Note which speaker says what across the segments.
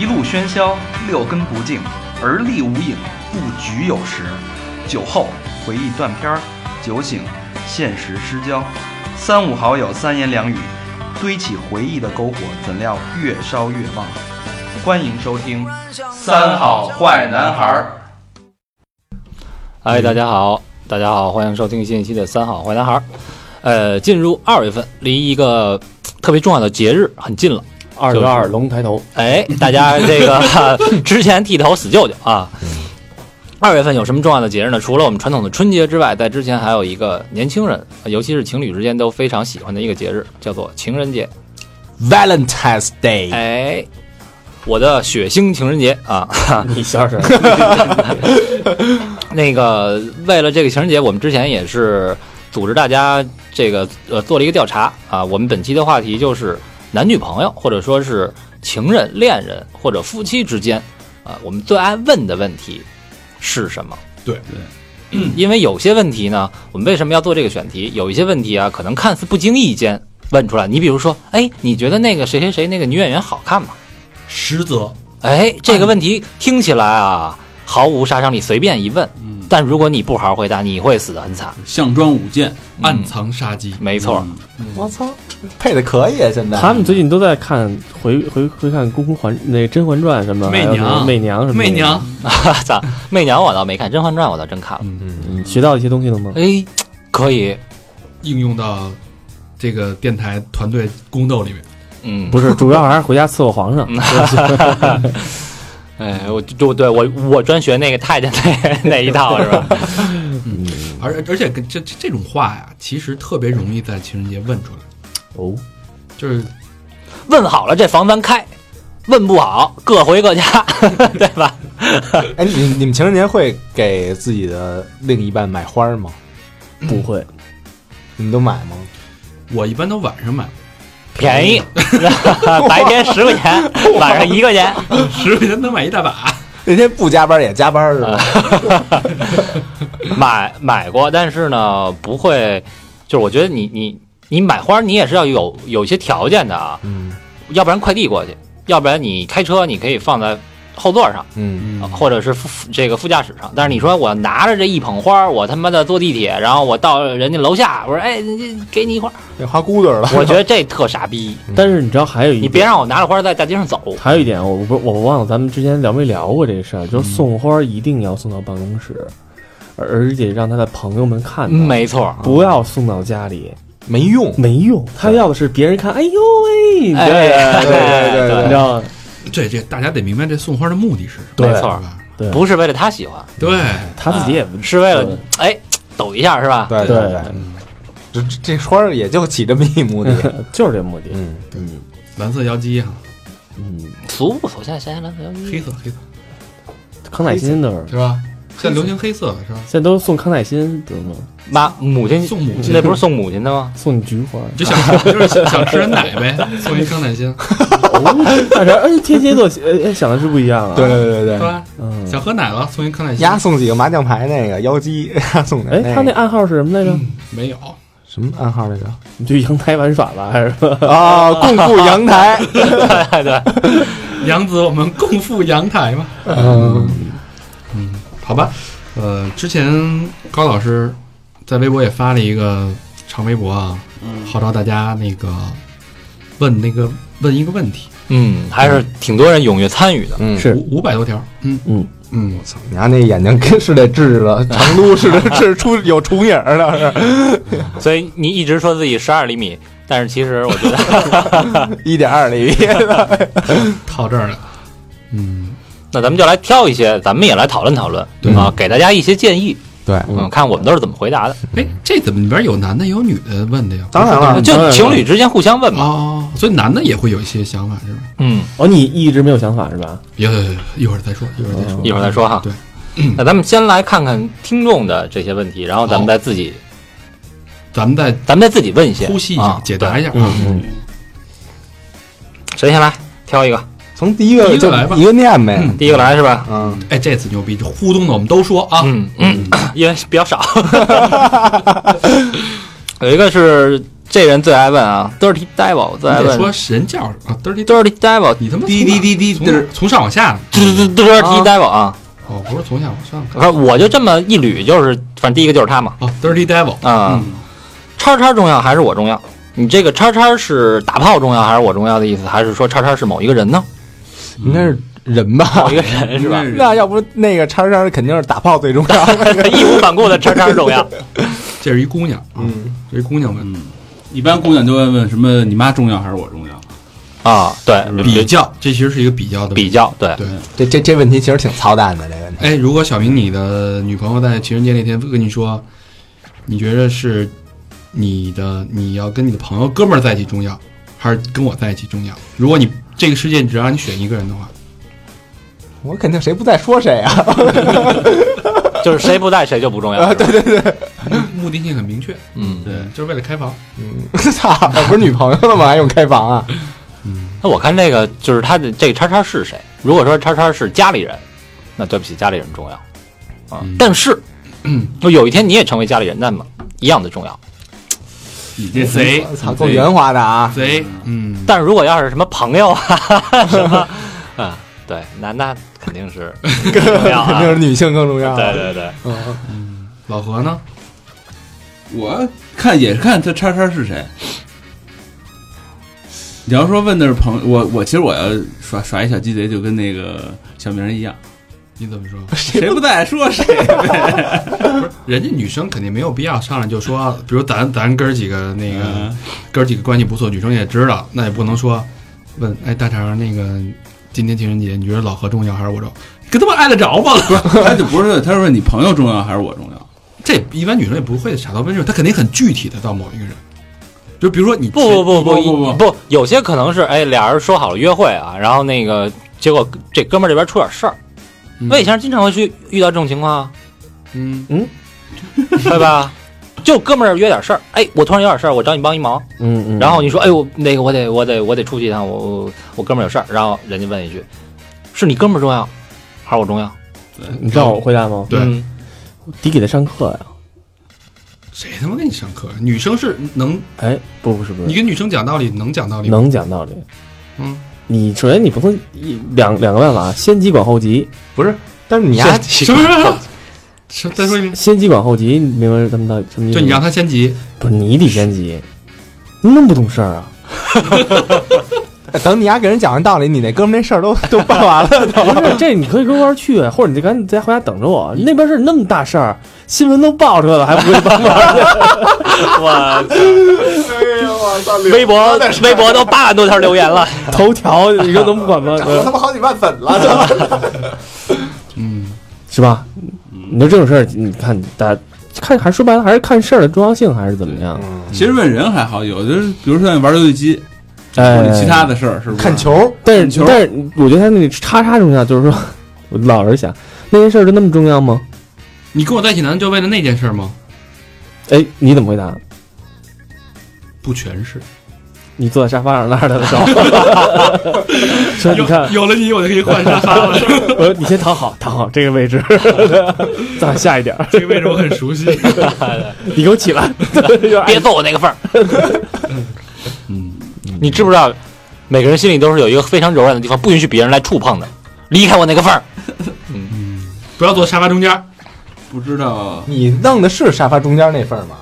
Speaker 1: 一路喧嚣，六根不净，而立无影，不局有时。酒后回忆断片儿，酒醒现实失焦。三五好友三言两语，堆起回忆的篝火，怎料越烧越旺。欢迎收听《三好坏男孩儿》。
Speaker 2: 哎
Speaker 3: 嗯
Speaker 2: 嗨，大家好，大家好，欢迎收听新一期的《三好坏男孩》。儿》。呃，进入二月份，离一个嘖特别重要的节日很近了。
Speaker 3: 二十二龙抬头，
Speaker 2: 哎，大家这个哈 之前剃头死舅舅啊。
Speaker 3: 嗯
Speaker 2: 二月份有什么重要的节日呢？除了我们传统的春节之外，在之前还有一个年轻人，呃尤其是情侣之间都非常喜欢的一个节日，叫做情人节。
Speaker 4: Valentine's Day，、
Speaker 2: 哎，我的血腥情人节啊！
Speaker 3: 你想想，
Speaker 2: 那个，为了这个情人节，我们之前也是组织大家这个呃做了一个调查啊。我们本期的话题就是男女朋友，或者说是情人、恋人或者夫妻之间啊，我们最爱问的问题是什么？
Speaker 4: 对
Speaker 2: 对，因为有些问题呢，我们为什么要做这个选题？有一些问题啊，可能看似不经意间问出来。你比如说，哎，你觉得那个谁谁谁那个女演员好看吗？
Speaker 4: 实则
Speaker 2: 哎，这个问题听起来啊毫无杀伤力，随便一问。
Speaker 3: 嗯
Speaker 2: 但如果你不好好回答，你会死得很惨。
Speaker 5: 项庄舞剑，
Speaker 2: 嗯
Speaker 5: 暗藏杀机。
Speaker 2: 没错
Speaker 5: 嗯，
Speaker 4: 我操， 配的可以啊，现在
Speaker 3: 他们最近都在看回回回看《宫还那《甄嬛传》什么，
Speaker 5: 媚
Speaker 3: 还有什么
Speaker 5: 娘
Speaker 3: 媚娘什么，
Speaker 5: 媚娘，
Speaker 2: 操，媚娘我倒没看，《甄嬛传》我倒真看了。
Speaker 3: 嗯，学到一些东西了吗？
Speaker 2: 哎，可以，
Speaker 5: 应用到这个电台团队宫斗里面。
Speaker 2: 嗯，
Speaker 3: 不是，主要还是回家伺候 皇上。
Speaker 2: 哎，我就对我我专学那个太监那那一套 是吧？
Speaker 5: 而而且跟这这这种话呀，其实特别容易在情人节问出来。
Speaker 3: 哦，
Speaker 5: 就是
Speaker 2: 问好了，这房咱开；问不好，各回各家，对吧？
Speaker 4: 哎，你你们情人节会给自己的另一半买花吗？
Speaker 3: 不会，
Speaker 4: 你们都买吗？
Speaker 5: 我一般都晚上 买，
Speaker 2: 便宜，
Speaker 3: 嗯
Speaker 2: 白天十块钱，晚上一块钱。
Speaker 5: 十块钱能买一大把。
Speaker 4: 那天不加班也加班是吧？
Speaker 2: 买买过，但是呢，不会，就是我觉得你你你买花，你也是要有有一些条件的啊，
Speaker 4: 嗯
Speaker 2: 要不然快递过去，要不然你开车你可以放在后座上，
Speaker 4: 嗯，
Speaker 2: 呃或者是副副这个副驾驶上。但是你说我拿着这一捧花，我他妈的坐地铁，然后我到人家楼下，我说哎，你这给你一花，
Speaker 4: 那花骨朵了
Speaker 2: 我觉得这特傻 逼，
Speaker 3: 但是你知道还有一，
Speaker 2: 嗯你别，让我拿着花在大街上走。
Speaker 3: 还有一点，我不我忘了咱们之前聊没聊过这个事儿，
Speaker 2: 嗯
Speaker 3: 就是送花一定要送到办公室，而而且让他的朋友们看到，
Speaker 2: 没错，
Speaker 3: 不要送到家里，
Speaker 4: 没用。
Speaker 3: 没用。他要的是别人看，哎呦喂，
Speaker 2: 哎
Speaker 3: 对
Speaker 4: 对对
Speaker 3: 你知道吗？
Speaker 5: 这这大家得明白这送花的目的是什么，
Speaker 3: 对
Speaker 2: 没错
Speaker 5: 是，吧？
Speaker 3: 对
Speaker 2: 不是为了他喜欢，
Speaker 5: 对，
Speaker 3: 他自己也
Speaker 2: 啊是为了哎抖一下是吧？
Speaker 4: 对
Speaker 3: 对
Speaker 4: 对，这这这花儿也就起这么一目的。
Speaker 3: 呃就是这目的。
Speaker 4: 嗯，
Speaker 5: 蓝色妖姬哈，
Speaker 3: 嗯，
Speaker 2: 俗不俗？现在谁还来得及
Speaker 5: 黑色黑色
Speaker 3: 康乃馨都是，
Speaker 5: 是吧？现在流行黑色了是吧？
Speaker 3: 现在都送康乃馨，知道吗？
Speaker 2: 妈，母亲
Speaker 5: 送母亲
Speaker 2: 哎那不是送母亲的吗？
Speaker 3: 送你菊 花。
Speaker 5: 就想 吃就是想想吃人奶呗，送一康乃馨，
Speaker 3: 但是，哎，天蝎座，哎，哎想的是不一样啊。
Speaker 4: 对，对对
Speaker 5: 是
Speaker 4: 对，
Speaker 5: 吧？
Speaker 3: 嗯，
Speaker 5: 想喝奶了，送一康乃馨
Speaker 4: 丫。送几个麻将牌那个妖姬，丫送点
Speaker 3: 哎，他那
Speaker 4: 那
Speaker 3: 暗号是什么来着？
Speaker 5: 没有，
Speaker 4: 什么暗号来着？
Speaker 5: 嗯
Speaker 3: 你去阳台玩耍吧，还是什么？
Speaker 4: 啊，共赴阳台。
Speaker 2: 对对，
Speaker 5: 杨子，我们共赴阳台嘛。
Speaker 4: 嗯，
Speaker 5: 好吧，呃，之前高老师在微博也发了一个长微博啊，号召大家那个问那个问一个问题，
Speaker 2: 嗯，还是挺多人踊跃参与的。
Speaker 4: 嗯
Speaker 3: 是
Speaker 5: 五五百多条，嗯
Speaker 3: 嗯
Speaker 5: 嗯，我操，
Speaker 4: 你家那眼睛跟是得治了，成都是得治出有重影儿了，是
Speaker 2: 所以你一直说自己十二厘米，但是其实我 觉得
Speaker 4: 一点二厘米。
Speaker 5: 套这儿了，嗯，
Speaker 2: 那咱们就来挑一些，咱们也来讨论讨论，
Speaker 5: 对
Speaker 2: 啊，给大家一些建议，
Speaker 4: 对，
Speaker 2: 嗯，看我们都是怎么回答的。
Speaker 5: 哎，这怎么里边有男的也有女的问的呀？
Speaker 4: 当然了，
Speaker 2: 就情侣之间互相问嘛，
Speaker 5: 哦，所以男的也会有一些想法是吧？
Speaker 2: 嗯，
Speaker 3: 哦，你一直没有想法是吧？嗯
Speaker 5: 有有有，一会儿再说，一会儿再说，
Speaker 2: 嗯一会儿再说哈。
Speaker 5: 对，
Speaker 2: 那咱们先来看看听众的这些问题，然后咱们再自己，
Speaker 5: 咱们再
Speaker 2: 咱们再自己问一些，
Speaker 5: 呼吸一下
Speaker 2: 啊，
Speaker 5: 解答一下啊。
Speaker 3: 嗯
Speaker 2: 对谁先来挑一个？
Speaker 4: 从第一个
Speaker 5: 一
Speaker 4: 就
Speaker 5: 个来吧
Speaker 4: 一个念呗。
Speaker 2: 第一个来是吧？
Speaker 4: 嗯，
Speaker 5: 哎，这次牛逼，这互动的我们都说啊，
Speaker 2: 嗯 嗯嗯，因为比较少。有一个是这人最爱问啊，Dirty Devil 最爱
Speaker 5: 你得说
Speaker 2: 问
Speaker 5: 人叫什么啊？dirty
Speaker 2: ，Dirty Devil，
Speaker 5: 你他
Speaker 4: 滴
Speaker 5: 妈从
Speaker 4: 滴
Speaker 5: 哪
Speaker 4: 滴滴
Speaker 5: 从
Speaker 4: 滴
Speaker 5: 哪从上往下的，
Speaker 2: Dirty Devil 嗯啊，
Speaker 5: 哦，不是从下往上的，
Speaker 2: 反正我就这么一捋，就是反正第一个就是他嘛，
Speaker 5: 哦，dirty devil，
Speaker 2: 啊，
Speaker 5: 嗯，
Speaker 2: 叉叉重要还是我重要？你这个叉叉是打炮重要还是我重要的意思？还是说叉叉是某一个人呢？
Speaker 4: 应该是人吧？
Speaker 2: 某一个人 是吧？
Speaker 4: 那要不那个叉叉肯定是打炮最重要。
Speaker 2: 义无反顾的叉叉重要。
Speaker 5: 这是一姑娘啊，这是一姑娘问，
Speaker 6: 嗯，一般姑娘都会问什么你妈重要还是我重要？
Speaker 2: 啊，对，
Speaker 5: 比较，这其实是一个比较的
Speaker 2: 比较对，
Speaker 5: 对。
Speaker 6: 嗯
Speaker 4: 这这这问题其实挺操蛋的，这问题。
Speaker 5: 哎，如果小明你的女朋友在情人节那天跟你说，你觉得是你的你要跟你的朋友哥们儿在一起重要，还是跟我在一起重要？如果你这个世界只让你选一个人的话，
Speaker 4: 我肯定谁不在说谁啊？
Speaker 2: 就是谁不在谁就不重啊要。对对，
Speaker 5: 目的性很明确，
Speaker 2: 嗯，
Speaker 5: 对，就是为了开房。
Speaker 4: 操，不是女朋友了吗？还用开房啊？
Speaker 2: 那我看这个就是他的这个叉叉是谁？如果说叉叉是家里人，那对不起，家里人重要啊
Speaker 5: 嗯。
Speaker 2: 但 是，就有一天你也成为家里人，那么一样的重要。
Speaker 6: 你这
Speaker 5: 贼
Speaker 4: 我操，够圆滑的啊！
Speaker 5: 贼，嗯，
Speaker 2: 但是如果要是什么朋友啊，什 么啊，对，那那肯定是重要
Speaker 4: 肯
Speaker 2: 啊
Speaker 4: 定。是女性更重要。
Speaker 2: 对对对，
Speaker 4: 嗯，
Speaker 5: 老何呢？
Speaker 6: 我看也是看他叉叉是谁。你要说问的是朋友，我我其实我要耍耍一小鸡贼，就跟那个小明儿一样，
Speaker 5: 你怎么说？
Speaker 6: 谁不在说谁 呗。
Speaker 5: 人家女生肯定没有必要上来就说，比如咱咱哥儿几个那个、
Speaker 6: 嗯
Speaker 5: 哥儿几个关系不错，女生也知道，那也不能说问哎大肠那个今天情人节，你觉得老何重要还是我重要？跟他妈碍得着吗？
Speaker 6: 他就不是，他说你朋友重要还是我重要？
Speaker 5: 这一般女生也不会傻到问这种，她肯定很具体的到某一个人，就比如说你
Speaker 2: 不不不
Speaker 6: 不
Speaker 2: 不
Speaker 6: 不
Speaker 2: 不，有些可能是哎，俩人说好了约会啊，然后那个结果这哥们儿这边出点事儿，
Speaker 5: 嗯
Speaker 2: 魏先生经常会去遇到这种情况啊，
Speaker 5: 嗯
Speaker 2: 对吧？就哥们儿约点事儿，哎，我突然有点事儿，我找你帮一忙，
Speaker 3: 嗯嗯，
Speaker 2: 然后你说，哎，我那个我得我得我得出去一趟，我我我哥们儿有事儿，然后人家问一句，是你哥们儿重要还是我重要？
Speaker 5: 嗯
Speaker 3: 你知道我回答吗？
Speaker 5: 对
Speaker 2: 嗯
Speaker 3: 我得给他上课呀。
Speaker 5: 谁他妈给你上课？女生是能
Speaker 3: 哎，不不是不
Speaker 5: 你
Speaker 3: 是，
Speaker 5: 跟女生讲道理能讲道理吗？
Speaker 3: 能讲道理。
Speaker 5: 嗯，
Speaker 3: 你首先你不能一两两个办法，先急管后急，
Speaker 4: 但是你还
Speaker 5: 什么什么 什么？再说一遍，
Speaker 6: 嗯
Speaker 3: 先急管后急，你明白他们道什么意思吗？
Speaker 5: 就你让她先急，
Speaker 3: 不是你得先急，你那么不懂事儿啊？
Speaker 4: 等你丫给人讲完道理，你那哥们那事儿都都办完了。
Speaker 3: 不是，这你可以跟我一块儿去，或者你就赶紧在回家等着我。那边是那么大事儿，新闻都爆出来了，还不会帮忙？
Speaker 2: 我微博微博都八万多条留言了，
Speaker 3: 头条你说能不管吗？
Speaker 4: 我 他妈好几万粉了，
Speaker 5: 嗯，
Speaker 3: 是吧？你说这种事儿，你看大家看，还说白了还是看事儿的重要性，还是怎么样？
Speaker 6: 其实问人还好，有的是比如说像玩游戏机或
Speaker 3: 哎
Speaker 6: 者，其他的事儿，是不 是？
Speaker 4: 看球
Speaker 3: 但
Speaker 6: 看
Speaker 3: 是
Speaker 6: 球
Speaker 3: 但是，我觉得他那个叉叉重要，就是说，我老是想那件事儿就那么重要吗？
Speaker 5: 你跟我在一起难道就为了那件事吗？
Speaker 3: 哎，你怎么回答？
Speaker 5: 不全是，
Speaker 3: 你坐在沙发上拉着他的 手，说你看，
Speaker 5: 有了你，我就可以换沙发了。
Speaker 3: 我说你先躺好，躺好这个位置，再往下一点儿，
Speaker 5: 这个位置我很 熟悉。
Speaker 3: 你给我起来， 就是
Speaker 2: 别揍我那个份儿。
Speaker 6: 嗯，
Speaker 2: 你知不知道，每个人心里都是有一个非常柔软的地方，不允许别人来触碰的。离开我那个缝儿，
Speaker 5: 不要坐沙发中间儿，
Speaker 6: 不知道
Speaker 4: 你弄的是沙发中间那份儿 吗？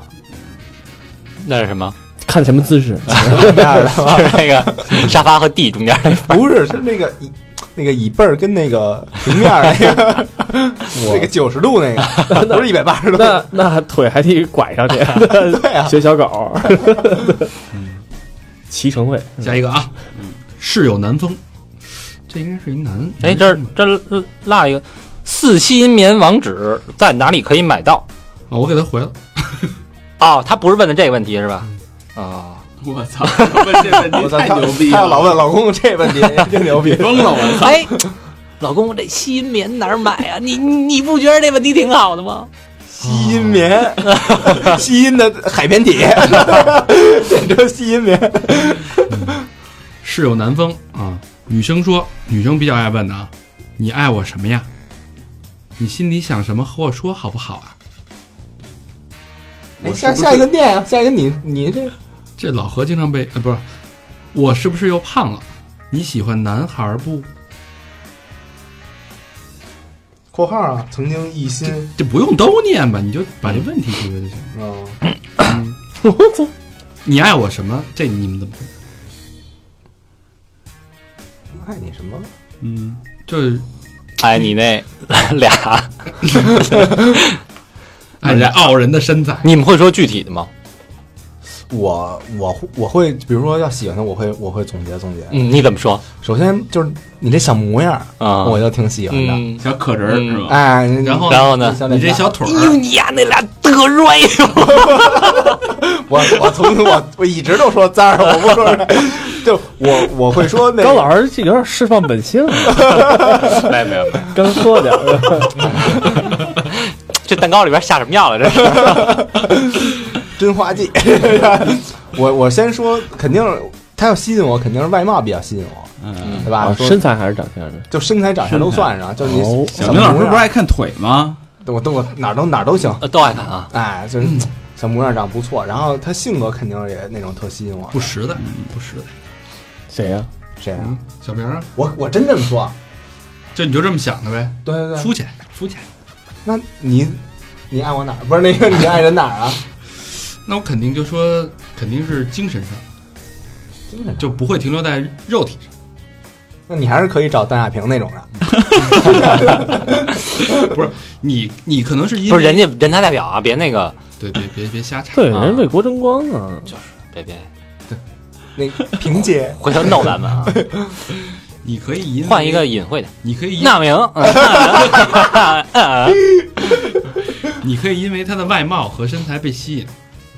Speaker 2: 那是什么？
Speaker 3: 看什么姿 势？
Speaker 4: 那样的吗
Speaker 2: 就是 那个沙发和地中间。
Speaker 4: 不是，是那个椅那个椅背儿跟那个平面儿那 个那个九十度那个，不是一百八十度。
Speaker 3: 那那腿还得拐上 去，
Speaker 4: 对啊，
Speaker 3: 学小 狗，嗯骑乘位。
Speaker 5: 下一个啊，
Speaker 6: 嗯
Speaker 5: 室友南风，这应该是一男。
Speaker 2: 哎，这儿这儿落一个四吸银棉网址在哪里可以买到？
Speaker 5: 啊，我给他回了。
Speaker 2: 哦，他不是问的这个问题是吧？啊、
Speaker 6: 我操，问这问
Speaker 4: 我
Speaker 6: 题
Speaker 4: 操，
Speaker 6: 太
Speaker 4: 他
Speaker 6: 牛逼啊
Speaker 4: 他要
Speaker 6: 了，
Speaker 4: 老问老公这 问题，真牛逼。
Speaker 6: 疯了我操！
Speaker 2: 哎，老公，我这吸银棉哪儿买啊？你你不觉得这问题挺好的吗？
Speaker 4: 吸音棉， 吸音的海绵 体，简直吸音棉。
Speaker 5: 室友南风啊，女生说，女生比较爱问的啊，你爱我什么呀？你心里想什么和我说好不好啊？
Speaker 6: 我是
Speaker 4: 下
Speaker 6: 不是
Speaker 4: 哎下一个念啊，下一个你你这
Speaker 5: 这老何经常被呃不是，我是不是又胖了？你喜欢男孩儿不？
Speaker 4: 括号啊，曾经一心
Speaker 5: 这不用都念吧，你就把这问题解决就行了。
Speaker 4: 啊，
Speaker 6: 嗯
Speaker 3: 我操！
Speaker 5: 你爱我什么？这你们怎么回？
Speaker 4: 爱你什么？
Speaker 6: 嗯，
Speaker 5: 就是
Speaker 2: 哎，你那俩，
Speaker 5: 爱人家傲人的身材，
Speaker 2: 你们会说具体的吗？
Speaker 4: 我我会我会，比如说要喜欢的，我会我会总结总结。
Speaker 2: 嗯，你怎么说？
Speaker 4: 首先就是你这小模样儿，
Speaker 2: 啊
Speaker 4: 我就挺喜欢的。
Speaker 2: 嗯，
Speaker 6: 小可人儿
Speaker 2: 嗯
Speaker 6: 是吧？
Speaker 4: 哎，
Speaker 5: 然后
Speaker 2: 然后呢？
Speaker 4: 小
Speaker 5: 你
Speaker 4: 脸
Speaker 5: 这
Speaker 4: 蛋
Speaker 5: 小腿
Speaker 2: 哟，
Speaker 5: 儿，
Speaker 2: 你呀，那俩德瑞，
Speaker 4: 我我从我我一直都说脏儿，我不说是，就我我会说那
Speaker 3: 高老师这有点释放本性了，啊
Speaker 2: 没有没有没有，
Speaker 3: 刚说点儿，
Speaker 2: 这蛋糕里边下什么药了？这是
Speaker 4: 真花季。 我我先说，肯定是他要吸引我，肯定是外貌比较吸引我，
Speaker 6: 嗯，
Speaker 4: 对吧？
Speaker 3: 啊
Speaker 4: 说
Speaker 3: 身材还是长相呢？
Speaker 4: 就身材长相都算上，就是你
Speaker 3: 哦
Speaker 6: 小明
Speaker 5: 啊
Speaker 6: 老师不是
Speaker 4: 爱，
Speaker 6: 爱看腿吗？
Speaker 4: 我都我哪儿都哪儿都行，
Speaker 2: 呃都爱看啊。
Speaker 4: 哎，就是小模样长得不错，然后他性格肯定也那种特吸引我。
Speaker 5: 不实在，不实在。
Speaker 3: 谁呀？
Speaker 4: 谁啊？
Speaker 5: 嗯，小明儿，
Speaker 4: 我我真这么说，
Speaker 5: 就你就这么想的呗？
Speaker 4: 对对啊对，
Speaker 5: 肤浅，肤浅。
Speaker 4: 那你你爱我哪儿？不是那个你爱人哪儿啊？
Speaker 5: 那我肯定就说，肯定是精神上，
Speaker 4: 精神上
Speaker 5: 就不会停留在肉体上。
Speaker 4: 那你还是可以找邓亚萍那种的。
Speaker 5: 你你可能是因 为
Speaker 2: 不是人家人大代表啊，别那个，
Speaker 5: 对别别别瞎插
Speaker 3: 对，人为国争光啊！
Speaker 2: 别别，
Speaker 4: 那萍姐，
Speaker 2: 回头弄咱们 啊，
Speaker 5: 你可以因为
Speaker 2: 换一个，隐晦的。
Speaker 5: 你可以因
Speaker 2: 那嗯明，
Speaker 5: 你可以因为他的外貌和身材被吸引，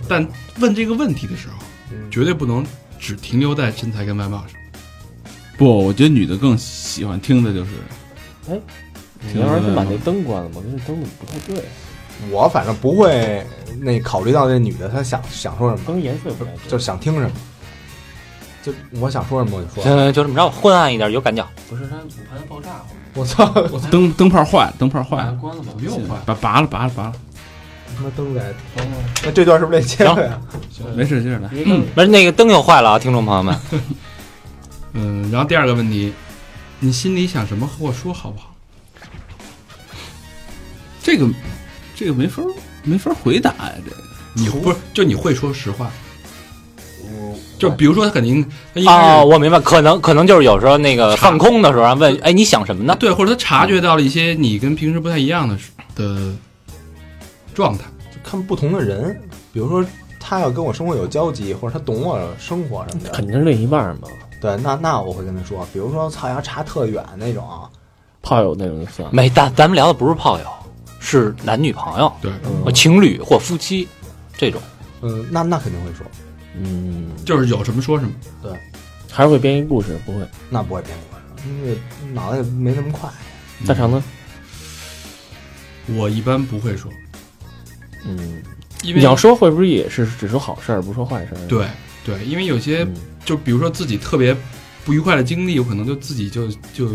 Speaker 5: 但问这个问题的时候，
Speaker 4: 嗯
Speaker 5: 绝对不能只停留在身材跟外貌上。
Speaker 6: 不，我觉得女的更喜欢听的就是
Speaker 3: 你要是先把那灯关了吗？那灯怎么不太对？
Speaker 4: 我反正不会那考虑到这女的她想想说什么，
Speaker 3: 灯颜色不太对。
Speaker 4: 就是想听什么，就我想说什么我就说。
Speaker 2: 行，呃就这么着，昏暗一点，有感觉。
Speaker 3: 不是它午盘爆炸，
Speaker 4: 我操，他
Speaker 6: 灯灯泡坏了，灯泡坏了，
Speaker 3: 关了吧
Speaker 5: 不用换，
Speaker 6: 拔拔了拔了拔了，
Speaker 4: 妈灯在，那这段是不是得切了呀？
Speaker 6: 没事，接着来。
Speaker 2: 不是那个灯又坏了啊，听众朋友们。
Speaker 5: 嗯，然后第二个问题，你心里想什么和我说好不好？
Speaker 6: 这个这个没法儿没法儿回答呀，这个
Speaker 5: 你不是就你会说实话？
Speaker 4: 我
Speaker 5: 就比如说他肯定他一
Speaker 2: 哦，
Speaker 6: 啊
Speaker 5: 开始
Speaker 2: 我明白，可能可能就是有时候那个放空的时候啊问，哎，你想什么呢？
Speaker 5: 对，或者他察觉到了一些你跟平时不太一样的的状态。
Speaker 4: 就看不同的人，比如说他要跟我生活有交集，或者他懂我生活什么的
Speaker 3: 肯，定是另一半嘛，
Speaker 4: 对，那那我会跟他说，比如说操要查特远那种，啊
Speaker 3: 炮友那种就算。
Speaker 2: 没，咱咱们聊的不是炮友，是男女朋友、
Speaker 5: 对，
Speaker 2: 呃情侣或夫妻这种。
Speaker 4: 嗯，那那肯定会说，
Speaker 3: 嗯，
Speaker 5: 就是有什么说什么。
Speaker 3: 还是会编一故事，不会。
Speaker 4: 那不会变我因为脑袋没那么快。
Speaker 3: 大肠呢？
Speaker 5: 我一般不会说，
Speaker 3: 嗯，
Speaker 5: 因为
Speaker 3: 你要说会不会也是只说好事儿，不说坏事儿？
Speaker 5: 对对，因为有些
Speaker 3: 嗯，
Speaker 5: 就比如说自己特别不愉快的经历，我可能就自己就就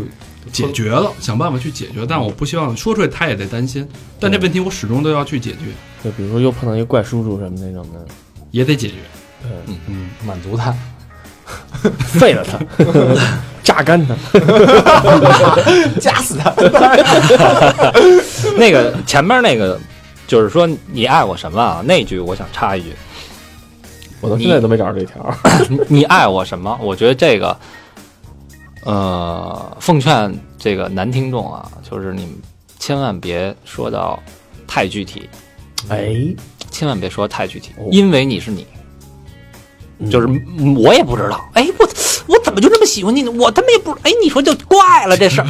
Speaker 5: 解决了，想办法去解决。但我不希望说出来，他也得担心。但这问题我始终都要去解决，
Speaker 3: 就比如说又碰到一个怪叔叔什么那种的，
Speaker 5: 也得解决。
Speaker 3: 对，
Speaker 5: 嗯，
Speaker 4: 满足他，
Speaker 3: 废了他， 榨干他。
Speaker 4: 夹死他！
Speaker 2: 那个前面那个就是说你爱我什么啊？那句我想插一句，
Speaker 3: 我到现在都没找着这条。
Speaker 2: 你你爱我什么？我觉得这个，呃，奉劝这个男听众啊，就是你们千万别说到太具体，
Speaker 3: 哎，
Speaker 2: 千万别说太具体
Speaker 3: 哦，
Speaker 2: 因为你是你，
Speaker 3: 嗯
Speaker 2: 就是嗯我也不知道，哎，我我怎么就这么喜欢你呢？我他妈也不，哎，你说就怪了这事儿，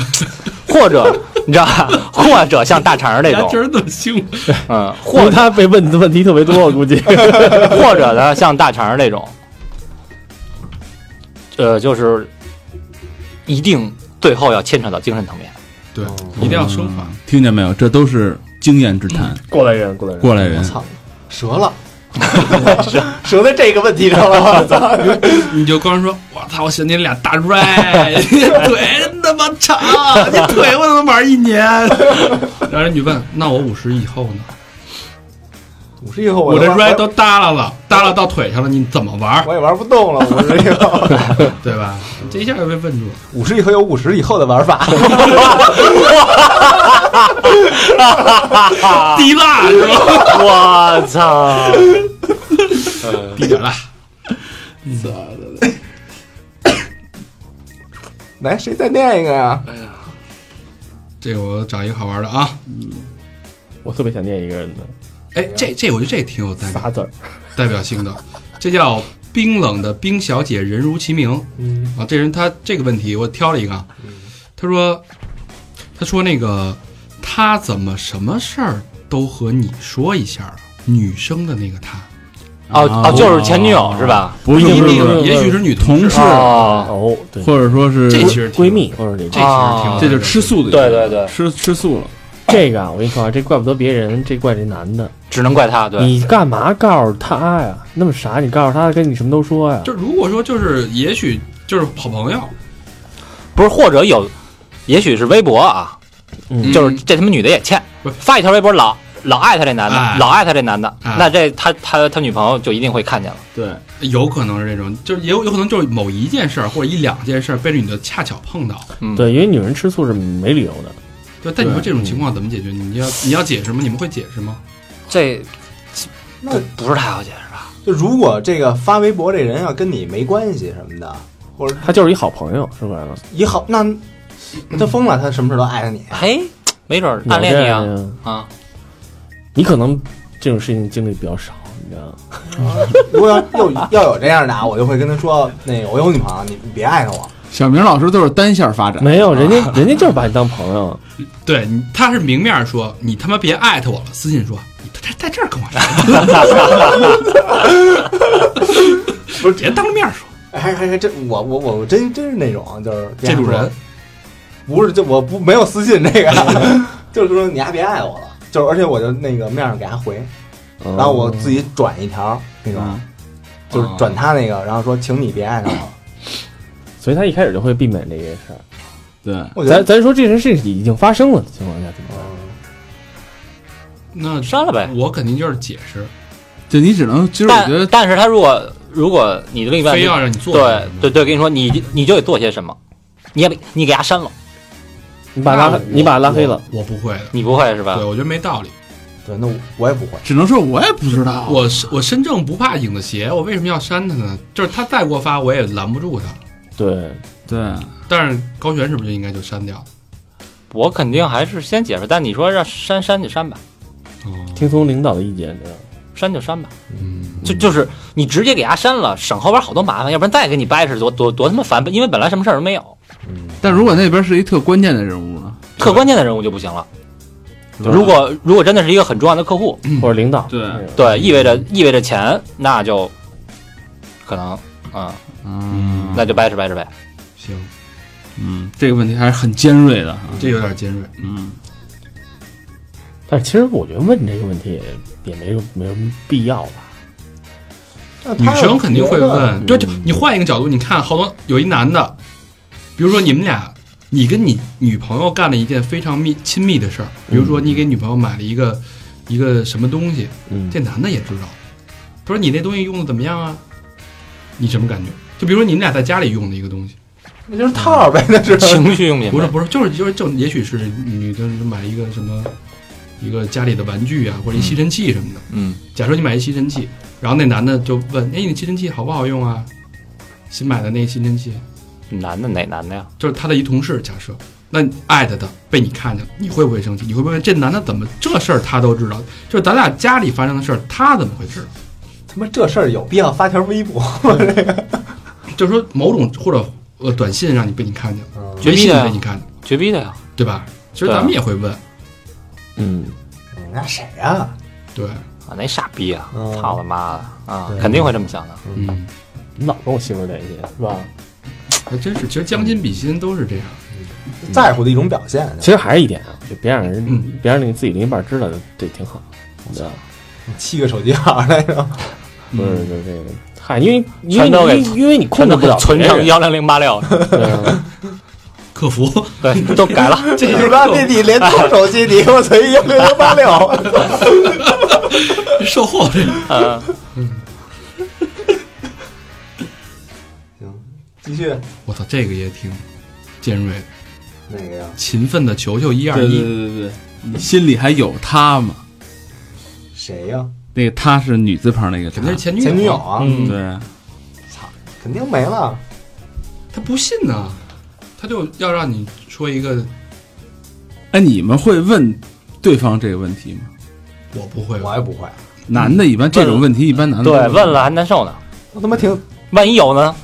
Speaker 2: 或者你知道吧？或者像大肠儿那
Speaker 5: 家
Speaker 2: 种，
Speaker 5: 真那么幸福，
Speaker 2: 嗯，
Speaker 3: 因
Speaker 2: 或者
Speaker 3: 为他被问的问题特别多，我估计。
Speaker 2: 或者呢，像大肠儿那种，呃，就是一定最后要牵扯到精神层面。
Speaker 5: 对，一定要升华。
Speaker 6: 嗯听见没有？这都是经验之谈，
Speaker 3: 过来人，过来人，
Speaker 6: 过来人
Speaker 4: 我。操，折 了，折在这个问题上了。我操，
Speaker 5: 你就光说，我操，我想你俩大 right，你腿那么长，你腿我能玩一年。然后人家问，那我五十以后呢？
Speaker 4: 我是以后
Speaker 5: 我这
Speaker 4: 玩
Speaker 5: red 都耷拉了，耷拉到腿上了，你怎么玩儿？
Speaker 4: 我也玩不动了，五十以后，
Speaker 5: 对吧？这一下就被问住了。
Speaker 4: 五十以后有五十以后的玩法，
Speaker 5: 滴蜡是吧？
Speaker 2: 我操！
Speaker 5: 滴点嗯蜡。
Speaker 4: 来谁再念一个呀？
Speaker 5: 这个我找一个好玩的啊！
Speaker 3: 我特别想念一个人的
Speaker 5: 哎，这这我觉得这挺有代表
Speaker 3: 仨字儿，
Speaker 5: 代表性的，这叫冰冷的冰小姐，人如其名。
Speaker 4: 嗯
Speaker 5: 啊，这人他这个问题我挑了一个啊，他说，他说那个他怎么什么事儿都和你说一下儿女生的那个他，
Speaker 2: 哦哦，就是前女友是吧？
Speaker 6: 不是
Speaker 5: 一
Speaker 6: 不是不
Speaker 5: 定
Speaker 6: 是，
Speaker 5: 也许是女同
Speaker 6: 同
Speaker 5: 事
Speaker 6: 事，
Speaker 2: 哦，
Speaker 3: 哦，对，
Speaker 6: 或者说是
Speaker 5: 这其实挺
Speaker 3: 闺，蜜或者这
Speaker 5: 这其实挺好
Speaker 2: 哦
Speaker 5: 的
Speaker 6: 这就是吃素的，
Speaker 2: 对对对
Speaker 6: 吃吃素了。
Speaker 3: 这个啊，我跟你说啊，这怪不得别人，这怪这男的。
Speaker 2: 只能怪他。对，
Speaker 3: 你干嘛告诉他哎呀？那么傻，你告诉他跟你什么都说呀？
Speaker 5: 就如果说就是也许就是好朋友，
Speaker 2: 不是，或者有，也许是微博啊，
Speaker 3: 嗯
Speaker 2: 就是这他妈女的也欠
Speaker 5: 不是，
Speaker 2: 发一条微博老老艾特这男
Speaker 5: 哎
Speaker 2: 的，老艾特这男的，
Speaker 5: 哎
Speaker 2: 那这他他他女朋友就一定会看见了。
Speaker 6: 对，
Speaker 5: 有可能是这种，就是也有有可能就是某一件事儿或者一两件事儿被你的恰巧碰到，
Speaker 2: 嗯，，
Speaker 3: 对，因为女人吃醋是没理由的。
Speaker 5: 对，但你说
Speaker 6: 对
Speaker 5: 这种情况怎么解决？你要你要解释吗？你们会解释吗？
Speaker 2: 这
Speaker 4: 那
Speaker 2: 不不是太好解释吧？
Speaker 4: 就如果这个发微博这人要跟你没关系什么的，或者
Speaker 3: 他就是一好朋友，是不是？
Speaker 4: 也好，那他疯了，他什么事都爱着你。
Speaker 5: 哎
Speaker 2: 嘿，没准儿
Speaker 3: 有
Speaker 2: 暗恋
Speaker 3: 这
Speaker 2: 你
Speaker 3: 样
Speaker 2: 啊
Speaker 3: 的呀
Speaker 2: 啊！
Speaker 3: 你可能这种事情经历比较少，你知道吗？
Speaker 4: 如果要要要有这样的啊，我就会跟他说，那个我有女朋友，你你别爱上我。
Speaker 6: 小明老师都是单线发展，
Speaker 3: 没有，人家人家就是把你当朋友，
Speaker 5: 对，你他是明面说你他妈别艾特我了，私信说你在在这儿跟我说， 不是别当着面说，
Speaker 4: 还还还真我我我我真真是那种啊就是别爱
Speaker 5: 这种
Speaker 4: 我
Speaker 5: 人，
Speaker 4: 不是就我不没有私信这个，就是说你还别爱我了，就是而且我就那个面上给他回，
Speaker 3: 嗯
Speaker 5: 哦
Speaker 4: 然后我自己转一条那种，
Speaker 6: 嗯
Speaker 4: 就是转他那个，然后说请你别爱上
Speaker 5: 嗯
Speaker 4: 我。
Speaker 3: 所以他一开始就会避免这些事儿。
Speaker 6: 对，
Speaker 4: 我觉
Speaker 3: 咱
Speaker 4: 得嗯
Speaker 3: 咱说这件事情已经发生了的情况下怎么办？
Speaker 5: 那
Speaker 2: 删了呗
Speaker 5: 我肯定就是解释，
Speaker 6: 就你只能，其实我觉
Speaker 2: 但
Speaker 6: 得
Speaker 2: 但是他如果如果你的另一半
Speaker 5: 非要让你做
Speaker 2: 对对对，跟你说你你就得做些什么，你也你给他删了，
Speaker 3: 你把他拉
Speaker 5: 那
Speaker 3: 黑，你把他拉黑了，
Speaker 5: 我，我不会的，
Speaker 2: 你不会是吧
Speaker 5: 对？我觉得没道理，
Speaker 4: 对，那我我也不会。
Speaker 6: 只能说我也不知道，
Speaker 5: 我是我身正不怕影子斜，我为什么要删他呢？就是他再给我发，我也拦不住他。
Speaker 3: 对，
Speaker 6: 对，
Speaker 5: 但是高璇是不是就应该就删掉？
Speaker 2: 我肯定还是先解释，但你说让删删就删吧，
Speaker 5: 哦，
Speaker 3: 听从领导的意见，你知道吗？
Speaker 2: 删就删吧，
Speaker 5: 嗯，
Speaker 2: 就就是你直接给他删了，省后边好多麻烦，要不然再给你掰扯多多多他妈烦，因为本来什么事儿都没有，
Speaker 6: 但如果那边是一特关键的人物呢？
Speaker 2: 特关键的人物就不行了。
Speaker 6: 对
Speaker 2: 嗯如果如果真的是一个很重要的客户，
Speaker 3: 或者领导，
Speaker 6: 对
Speaker 3: 那种
Speaker 2: 对，意味着意味着钱，那就可能啊、
Speaker 6: 嗯，
Speaker 2: 那就掰扯掰扯呗。
Speaker 5: 行，
Speaker 6: 嗯，这个问题还是很尖锐的啊，
Speaker 5: 这有点尖锐。
Speaker 6: 嗯，
Speaker 3: 但是其实我觉得问这个问题也也没有没有什么必要吧。
Speaker 4: 那
Speaker 5: 女
Speaker 4: 他要
Speaker 5: 生肯定会
Speaker 4: 觉得
Speaker 5: 问，就就你换一个角度，你看好多有一男的，比如说你们俩，你跟你女朋友干了一件非常密亲密的事儿，比如说你给女朋友买了一个一个什么东西，
Speaker 3: 嗯，
Speaker 5: 这男的也知道，他说你那东西用的怎么样啊？你什么感觉？就比如说你们俩在家里用的一个东西，
Speaker 4: 那就是套儿呗，那是
Speaker 2: 情绪用品
Speaker 5: 不是不是，就是就是就也许是女的买一个什么一个家里的玩具啊，或者一吸尘器什么的。
Speaker 2: 嗯，
Speaker 5: 假说你买一吸尘器，然后那男的就问：“哎，你吸尘器好不好用啊？”新买的那吸尘器，
Speaker 2: 男的哪男的呀？
Speaker 5: 就是他的一同事，假设那你艾特他被你看见了，你会不会生气？你会不会这男的怎么这事儿他都知道？就是咱俩家里发生的事儿，他怎么会知道？
Speaker 4: 他妈这事儿有必要发条微博吗？这个
Speaker 5: 就是说某种或者呃短信让你被你看见了，
Speaker 4: 嗯
Speaker 2: 绝
Speaker 5: 微
Speaker 2: 逼
Speaker 5: 信
Speaker 2: 的
Speaker 5: 被你
Speaker 2: 呀，
Speaker 5: 看见了，
Speaker 2: 绝逼的呀。
Speaker 5: 对吧？其实
Speaker 2: 对啊
Speaker 5: 咱们也会问，
Speaker 3: 嗯，
Speaker 4: 嗯那谁呀？
Speaker 5: 对，
Speaker 2: 啊，那傻逼啊！
Speaker 4: 嗯
Speaker 2: 操他妈的啊
Speaker 4: 对！
Speaker 2: 肯定会这么想的。
Speaker 5: 嗯，
Speaker 3: 你老跟我媳妇儿联系是吧？
Speaker 5: 还真是，其实将心比心都是这样。
Speaker 4: 在乎的一种表现。
Speaker 3: 其实还是一点啊，就别让人
Speaker 5: 嗯
Speaker 3: 别让那个自己另一半知道，这挺好。你知道吗？
Speaker 4: 七个手机号那种，
Speaker 3: 不是，就是这个，嗨，因为因
Speaker 2: 全都
Speaker 3: 为
Speaker 2: 给哎
Speaker 3: 你因为因为你控制不了
Speaker 2: 存
Speaker 3: 别
Speaker 2: 成
Speaker 3: 人
Speaker 2: 幺零零八六，
Speaker 3: 对啊
Speaker 5: 客服，
Speaker 2: 对，都改了。
Speaker 5: 这
Speaker 4: 你妈逼，你联通手机，你我操幺六零八六，
Speaker 5: 售后这
Speaker 2: 呃，
Speaker 4: 行，继续
Speaker 5: 我操，这个也挺尖锐。
Speaker 4: 哪个呀？
Speaker 5: 勤奋的球球一二
Speaker 6: 对对
Speaker 5: 一，
Speaker 6: 对对对，嗯你心里还有他吗？
Speaker 4: 谁呀？
Speaker 6: 那个他是女字旁那个他
Speaker 5: 肯，定是前女
Speaker 4: 前女友
Speaker 5: 友，
Speaker 4: 啊，
Speaker 2: 嗯，
Speaker 6: 对啊，
Speaker 4: 肯定没了。
Speaker 5: 他不信呢，他就要让你说一个
Speaker 6: 哎，你们会问对方这个问题吗？
Speaker 5: 我不会，
Speaker 4: 我也不会，
Speaker 6: 男的一般这种问题一般男的
Speaker 2: 对
Speaker 6: 都会，
Speaker 2: 问了还难受呢。
Speaker 4: 我他妈挺
Speaker 2: 万一有呢？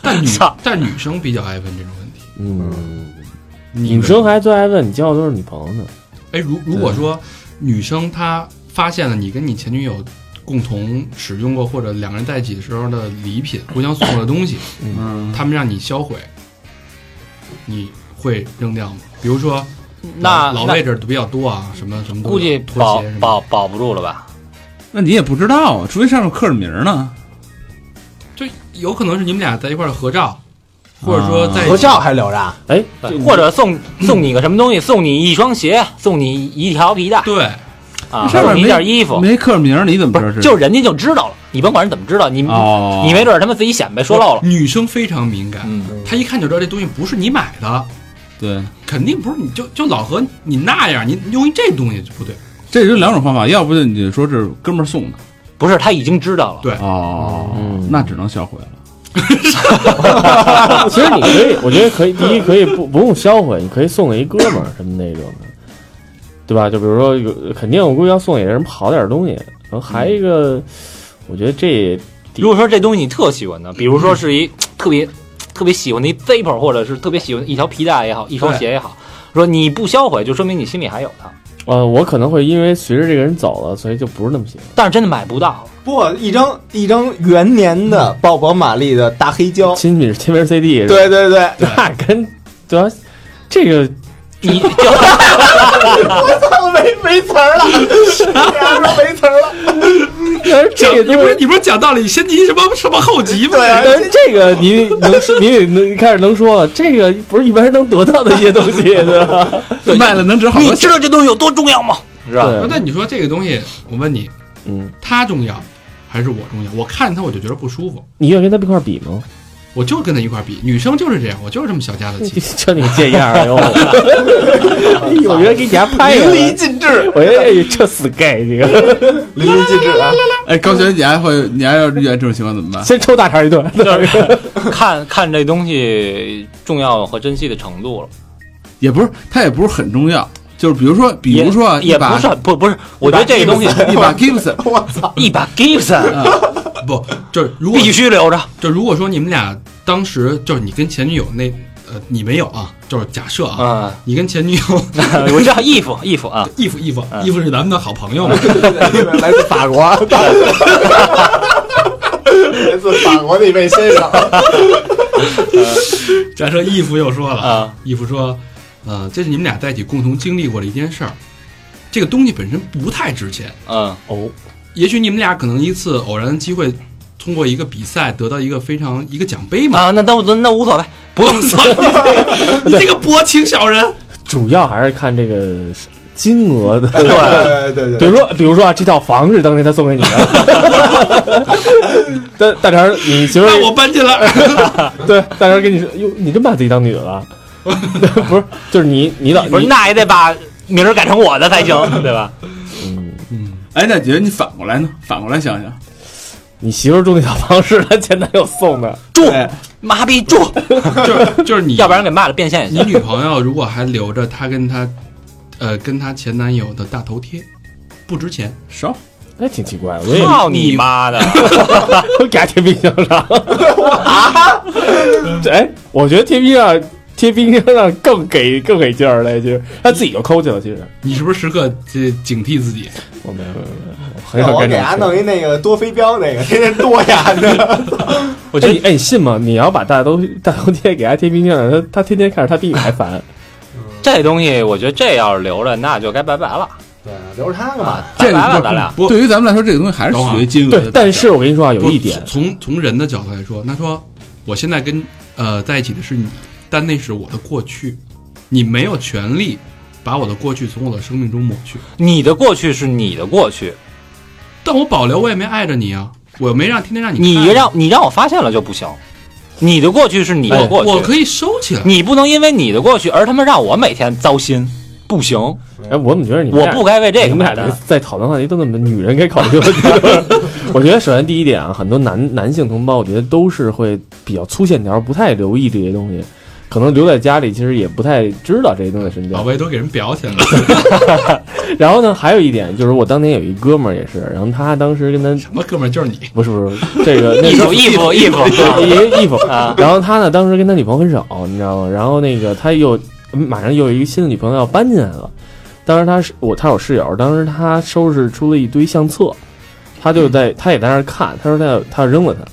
Speaker 5: 但女
Speaker 2: 操
Speaker 5: 但女生比较爱问这种问题。
Speaker 3: 嗯，
Speaker 5: 你
Speaker 3: 女
Speaker 5: 们
Speaker 3: 生还最爱问你交的都是女朋友呢。
Speaker 5: 哎，如如果说女生她发现了你跟你前女友共同使用过或者两个人在一起的时候的 礼品，互相送过的东西，
Speaker 6: 嗯，
Speaker 5: 他们让你销毁，你会扔掉吗？比如说
Speaker 2: 那
Speaker 5: 老老
Speaker 2: 那
Speaker 5: 位置比较多啊，什么什么都有
Speaker 2: 估计
Speaker 5: 拖
Speaker 2: 保
Speaker 5: 鞋什么的
Speaker 2: 保保不住了吧？
Speaker 6: 那你也不知道啊，除非上面刻着名儿呢。
Speaker 5: 就有可能是你们俩在一块儿合照，或者说在一起
Speaker 4: 合照还聊着，
Speaker 3: 哎，
Speaker 2: 对或者送送你个什么东西，送你一双鞋，送你一条皮带
Speaker 5: 对，
Speaker 2: 啊，
Speaker 6: 上面
Speaker 2: 送你一
Speaker 6: 没
Speaker 2: 件衣服，
Speaker 6: 没刻着名儿，你怎么
Speaker 2: 不
Speaker 6: 知道
Speaker 2: 是，
Speaker 6: 是？
Speaker 2: 就是人家就知道了，你甭管人怎么知道，你
Speaker 6: 哦，
Speaker 2: 你没准儿他妈自己显摆说漏了。
Speaker 5: 女生非常敏感，
Speaker 2: 嗯，
Speaker 5: 她一看就知道这东西不是你买的，
Speaker 6: 对，
Speaker 5: 肯定不是你就就老何你那样，你你用一这东西就不对。
Speaker 6: 这就两种方法，要不就你就说这是哥们儿送的，
Speaker 2: 不是，他已经知道了。
Speaker 5: 对
Speaker 6: 哦，
Speaker 3: 嗯
Speaker 6: 那只能销毁了。
Speaker 3: 其实你可以，我觉得可以，第一可以不不用销毁，你可以送给一哥们儿什么那种的，对吧？就比如说有，肯定我估计要送给人好点儿东西，然后还一个，我觉得这
Speaker 2: 如果说这东西你特喜欢的，比如说是一特别特别喜欢的一 zipper，或者是特别喜欢一条皮带也好，一双鞋也好，说你不销毁，就说明你心里还有它，
Speaker 3: 呃，我可能会因为随着这个人走了，所以就不是那么喜欢。
Speaker 2: 但是真的买不 到了。
Speaker 4: 不一张一张元年的鲍勃·马利的大黑胶，
Speaker 3: 亲笔签名 CD，是吧，
Speaker 4: 对对对，
Speaker 3: 那跟对吧？这个
Speaker 2: 你
Speaker 4: 我操，没没词儿了，俩人没词儿了，
Speaker 3: 但是这个
Speaker 5: 你不
Speaker 3: 东
Speaker 5: 是
Speaker 3: 西，
Speaker 5: 你不是讲道理，先急什么什么后急吗？
Speaker 4: 对啊
Speaker 3: 但是这个你能你得能开始能说了，这个不是一般人能得到的一些东西，对 吧？
Speaker 6: 卖了能值好
Speaker 2: 你
Speaker 6: 多钱
Speaker 2: 知，道这东西有多重要吗？是吧？
Speaker 5: 那
Speaker 3: 对，
Speaker 5: 你说这个东西，我问你，
Speaker 3: 嗯，
Speaker 5: 他重要还是我重要？我看他我就觉得不舒服，
Speaker 3: 你愿意跟他们一块儿比吗？
Speaker 5: 我就跟他一块儿比。女生就是这样，我就是这么小家子气。
Speaker 3: 就 你这样儿，哎呦，我觉得给 你家拍下
Speaker 4: 淋漓
Speaker 3: 来，
Speaker 4: 尽致，
Speaker 3: 我觉得哎这死 gay 这个，
Speaker 4: 淋漓尽致啊！
Speaker 6: 哎，高璇，你还会，你还要遇见这种情况怎么办？
Speaker 3: 先抽大肠一顿，
Speaker 2: 看看这东西重要和珍惜的程度了，
Speaker 6: 也不是，它也不是很重要，就是比如说，比如说啊，
Speaker 2: 也
Speaker 6: 一
Speaker 2: 也不
Speaker 6: 把
Speaker 2: 是不不是，我觉得这个东西
Speaker 6: 一把 Gibson，
Speaker 4: 我 操，
Speaker 2: 一把 Gibson
Speaker 5: 不，就是如果
Speaker 2: 必须留
Speaker 6: 啊
Speaker 2: 着，
Speaker 5: 就如果说你们俩当时就是你跟前女友那呃你没有啊，就是假设啊，
Speaker 2: 嗯，
Speaker 5: 你跟前女友
Speaker 2: 我知道衣服衣服啊，
Speaker 5: 义父义父
Speaker 2: 嗯
Speaker 5: 义父是咱们的好朋友嘛，
Speaker 4: 来自法国，来自法国的一位先生，
Speaker 5: 假设义父又说了
Speaker 2: 啊，
Speaker 5: 义父说，呃，这是你们俩在一起共同经历过的一件事儿，这个东西本身不太值钱，
Speaker 2: 嗯
Speaker 3: 哦，
Speaker 5: 也许你们俩可能一次偶然的机会，通过一个比赛得到一个非常一个奖杯嘛。
Speaker 2: 啊，那那那无所谓，不用
Speaker 5: 操 你这个薄情小人，
Speaker 3: 主要还是看这个金额的。
Speaker 4: 对对
Speaker 3: 比
Speaker 4: 对
Speaker 3: 如说，比如说啊，这套房是当年他送给你的， 但大肠，你媳妇
Speaker 5: 那
Speaker 3: 儿
Speaker 5: 我搬进来。
Speaker 3: 对大肠跟你说，哟，你真把自己当女的了？不是，就是你，你老
Speaker 2: 不是，
Speaker 3: 你，
Speaker 2: 那也得把名儿改成我的才行，对吧？
Speaker 3: 嗯，
Speaker 6: 哎，那姐，你反过来呢？反过来想想，
Speaker 3: 你媳妇儿住那套房是她前男友送的，
Speaker 2: 住
Speaker 6: 哎
Speaker 2: 麻痹住，
Speaker 5: 就是就是 你，
Speaker 2: 要不然给卖了变现也
Speaker 5: 你
Speaker 2: 行。
Speaker 5: 女朋友如果还留着她跟她，呃，跟她前男友的大头贴，不值钱。
Speaker 6: 少
Speaker 3: 那挺奇怪，我也
Speaker 2: 操你妈的！
Speaker 3: 我给他贴冰箱上。哎，我觉得贴冰箱贴冰箱上更给更给劲儿了，其实他自己就抠去了，其实
Speaker 5: 你是不是时刻这警惕自己？
Speaker 3: 我没有没有没有，我很
Speaker 4: 对，
Speaker 3: 少
Speaker 4: 我
Speaker 3: 干
Speaker 4: 给
Speaker 3: 这
Speaker 4: 他
Speaker 3: 种
Speaker 4: 弄
Speaker 3: 事。
Speaker 4: 一那个多飞镖那个，天天多呀，那
Speaker 3: 我觉得哎，你信吗？你要把大头大头贴给他贴冰箱上，他他天天看着他比你还烦。
Speaker 2: 这东西我觉得这要是留着，那就该拜拜了，
Speaker 4: 对，啊留着他干嘛？
Speaker 2: 拜
Speaker 6: 这
Speaker 2: 拜了，
Speaker 6: 个
Speaker 2: 咱俩。
Speaker 5: 不
Speaker 6: 对于咱们来说，这个东西还是
Speaker 5: 等
Speaker 6: 属
Speaker 5: 会
Speaker 6: 于
Speaker 5: 儿
Speaker 6: 金额的
Speaker 3: 对，但是我跟你说啊，有
Speaker 5: 不
Speaker 3: 一点，
Speaker 5: 从从人的角度来说，他说我现在跟呃在一起的是你，但那是我的过去，你没有权利把我的过去从我的生命中抹去。
Speaker 2: 你的过去是你的过去，
Speaker 5: 但我保留，我也没碍着你啊，我没让天天让你看
Speaker 2: 你
Speaker 5: 见
Speaker 2: 让你让我发现了就不行。你的过去是你的过去，
Speaker 5: 哎我可以收起来。
Speaker 2: 你不能因为你的过去而他妈让我每天糟心，不行，
Speaker 3: 哎，我怎么觉得你们
Speaker 2: 我
Speaker 3: 俩
Speaker 2: 不该为这
Speaker 3: 你
Speaker 2: 个
Speaker 3: 们
Speaker 2: 买
Speaker 3: 俩
Speaker 2: 单。
Speaker 3: 在讨论话题都那么女人该考虑的问题。 我觉得首先第一点啊，很多男男性同胞，我觉得都是会比较粗线条，不太留意这些东西，可能留在家里其实也不太知道这些东西身价
Speaker 5: 老。魏啊都给人裱起来了，
Speaker 3: 然后呢，还有一点就是我当年有一哥们儿也是，然后他当时跟他
Speaker 5: 什么哥们儿就是你，
Speaker 3: 不是不是这个那
Speaker 2: 衣
Speaker 3: 时候
Speaker 2: 服衣服衣服，啊
Speaker 3: 也是衣服
Speaker 2: 啊
Speaker 3: 然后他呢，当时跟他女朋友分手，你知道吗？然后那个他又嗯马上又有一个新的女朋友要搬进来了。当时他是我，他有室友，当时他收拾出了一堆相册，他就在他也在那儿看，他说他要他要扔了它。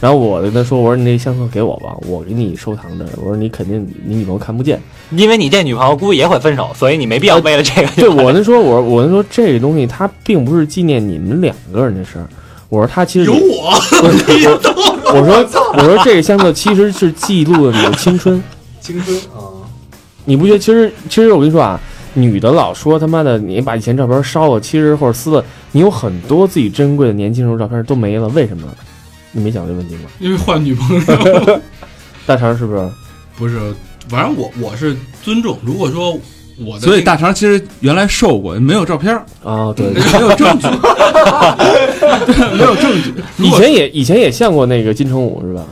Speaker 3: 然后我跟他说：“我说你那相册给我吧，我给你收藏着。我说你肯定你女朋友看不见。
Speaker 2: 因为你这女朋友估计也会分手，所以你没必要为了这个
Speaker 3: 对，
Speaker 2: 就
Speaker 3: 我跟他说，我我跟他说这个东西它并不是纪念你们两个人的事儿。我说他其实
Speaker 5: 有
Speaker 3: 也
Speaker 5: 我，
Speaker 3: 我说我说这个相册其实是记录了你的青春。
Speaker 4: 青春啊，
Speaker 3: 你不觉得？其实，其实我跟你说啊，女的老说他妈的，你把以前照片烧了，其实或者撕了，你有很多自己珍贵的年轻时候照片都没了，为什么？你没想这问题吗？
Speaker 5: 因为换女朋友。
Speaker 3: 大肠是不是？
Speaker 5: 不是，反正我我是尊重。如果说我的那个，
Speaker 6: 所以大肠其实原来瘦过，没有照片儿，
Speaker 3: 啊，对，
Speaker 5: 嗯
Speaker 3: 对
Speaker 6: 没有证据，对没有证据。如
Speaker 3: 以
Speaker 6: 果
Speaker 3: 前也以前也像过那个金城武是吧？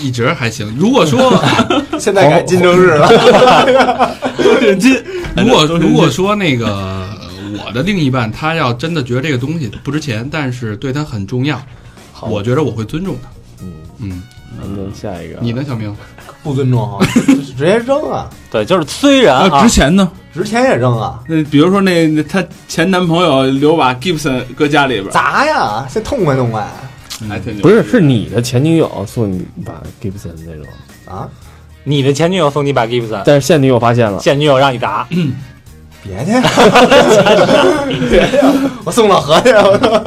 Speaker 5: 一直还行。如果说
Speaker 4: 现在改金正日了，
Speaker 6: 哎
Speaker 5: 如果如果说那个呃我的另一半他要真的觉得这个东西不值钱，但是对他很重要，
Speaker 3: 好
Speaker 5: 我觉得我会尊重他。嗯，
Speaker 3: 咱们下一个，
Speaker 5: 你呢，小明？
Speaker 4: 不尊重啊，直接扔啊，
Speaker 2: 对，就是虽然
Speaker 6: 啊，
Speaker 2: 啊
Speaker 6: 值，钱呢？
Speaker 4: 值钱也扔啊，
Speaker 6: 那比如说那那她前男朋友留把 Gibson 搁家里边儿，哎
Speaker 4: 砸呀，先痛快痛快
Speaker 6: 还挺牛
Speaker 3: 不是是你的前女友送你一把 Gibson 那种，
Speaker 4: 啊，
Speaker 2: 你的前女友送你一把 Gibson，
Speaker 3: 但是现女友发现了，
Speaker 2: 现女友让你打，
Speaker 4: 别去，别去，我送老何去，我操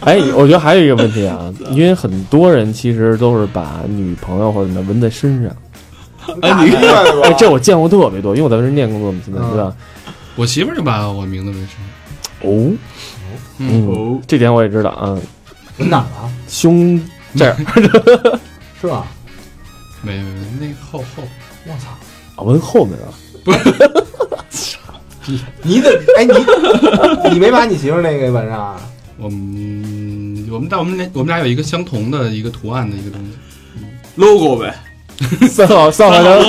Speaker 3: 哎，我觉得还有一个问题啊，因为很多人其实都是把女朋友或者什么纹在身上，
Speaker 4: 打明白了
Speaker 3: 哎，
Speaker 4: 吧
Speaker 3: 这我见过特别多，因为我在文件工作嘛，现在
Speaker 4: 嗯
Speaker 3: 对吧？
Speaker 5: 我媳妇儿就把我名字纹身，
Speaker 3: 哦，嗯，
Speaker 6: 哦，
Speaker 3: 这点我也知道啊，
Speaker 4: 哪儿了？
Speaker 3: 胸这儿
Speaker 4: 是吧？
Speaker 5: 没没没，那个后后
Speaker 4: 我操！
Speaker 3: 啊纹后面啊，
Speaker 4: 你得哎你你没把你媳妇儿那个纹上啊？
Speaker 5: 我们我们但我们俩我们俩有一个相同的一个图案的一个东西，
Speaker 6: logo 呗，
Speaker 3: 三好三好的，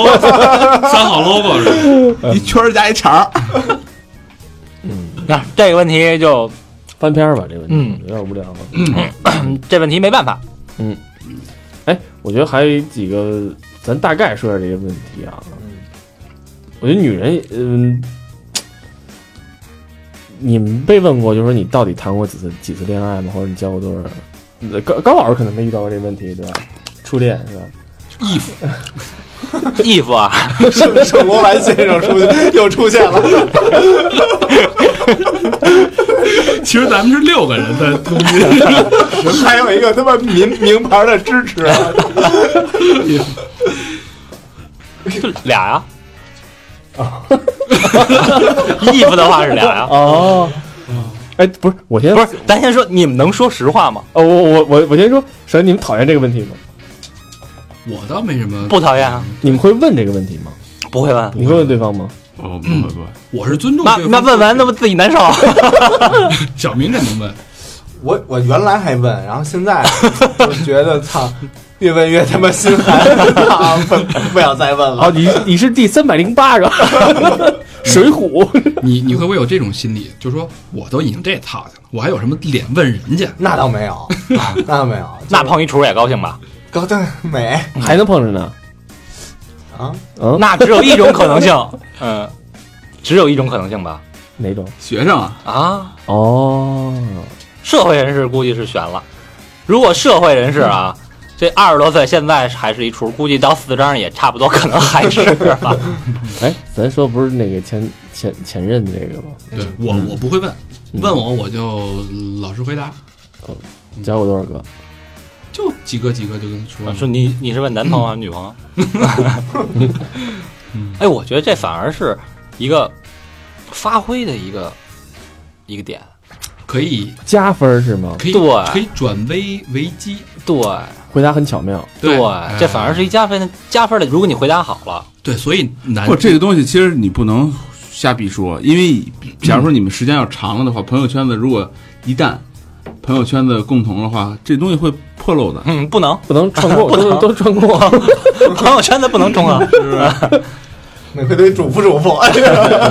Speaker 5: 三好 logo 是吧？
Speaker 6: 一圈儿加一肠儿，
Speaker 2: 那这个问题就
Speaker 3: 翻篇儿吧，这问题
Speaker 2: 嗯
Speaker 3: 有点无聊了。
Speaker 2: 这问题没办法，
Speaker 3: 哎，我觉得还有几个，咱大概说下这些问题啊。我觉得女人，嗯，你们被问过，就是说你到底谈过几次几次恋爱吗？或者你交过多少人？呃高高老师可能没遇到过这问题，对吧？初恋是吧？
Speaker 2: 衣服啊，
Speaker 4: 盛盛罗兰先生出现又出现了，
Speaker 5: 其实咱们是六个人 在录音，
Speaker 4: 还有一个他妈名名牌的支持啊，
Speaker 2: 俩呀、啊衣服的话是俩呀、
Speaker 3: 哦，哎，不是，我 先
Speaker 2: 不是，咱先说，你们能说实话吗？
Speaker 3: 哦，我我我我先说，首先你们讨厌这个问题吗？
Speaker 5: 我倒没什么
Speaker 2: 不讨厌啊，
Speaker 3: 你们会问这个问题吗？
Speaker 2: 不会问。
Speaker 3: 你会问对方吗？
Speaker 6: 哦不会不会，
Speaker 5: 我是尊重
Speaker 2: 那
Speaker 5: 对方
Speaker 2: 那问完，那不自己难受？
Speaker 5: 小明肯定问，
Speaker 4: 我我原来还问，然后现 在我觉得操，越问越他妈心寒， 啊不不想再问了。
Speaker 3: 哦，你你是第三百零八 个水浒，
Speaker 5: 你你会不会有这种心理？就是说我都已经这套去了，我还有什么脸问人家？
Speaker 4: 那倒没 有，那倒没有，
Speaker 2: 那碰一厨也高兴吧？
Speaker 4: 高登美
Speaker 3: 嗯还能碰着呢？
Speaker 4: 啊，
Speaker 3: 嗯，
Speaker 2: 那只有一种可能性， 嗯，只有一种可能性吧？
Speaker 3: 哪 种？
Speaker 6: 学生啊，
Speaker 2: 啊，
Speaker 3: 哦，
Speaker 2: 社会人士估计是悬了。如果社会人士啊，这二十多岁现在还是一厨，估计到四张也差不多，可能还 是吧。
Speaker 3: 哎，咱说不是那个前前前任这个吗？
Speaker 5: 对我我不会问，
Speaker 3: 嗯
Speaker 5: 问我我就老实回答。
Speaker 3: 交过多少个？
Speaker 5: 就几个几个就跟他说
Speaker 2: 啊说你你是问男朋友还是女朋友？哎，我觉得这反而是一个发挥的一个一个点。
Speaker 5: 可以
Speaker 3: 加分儿是吗？
Speaker 5: 可以
Speaker 2: 对
Speaker 5: 可以转危为机，
Speaker 2: 对
Speaker 3: 回答很巧妙，
Speaker 5: 对哎呃
Speaker 2: 这反而是一加分的加分的。如果你回答好了，
Speaker 5: 对，所以 男
Speaker 6: 不，这个东西其实你不能瞎逼说，因为假如说你们时间要长了的话，朋友圈子如果一旦朋友圈子共同的话，这东西会破漏的。
Speaker 2: 嗯，不能
Speaker 3: 不 能串过，
Speaker 2: 不能
Speaker 3: 都都串过。
Speaker 2: 朋友圈子不能冲啊。
Speaker 4: 那回得嘱咐嘱咐。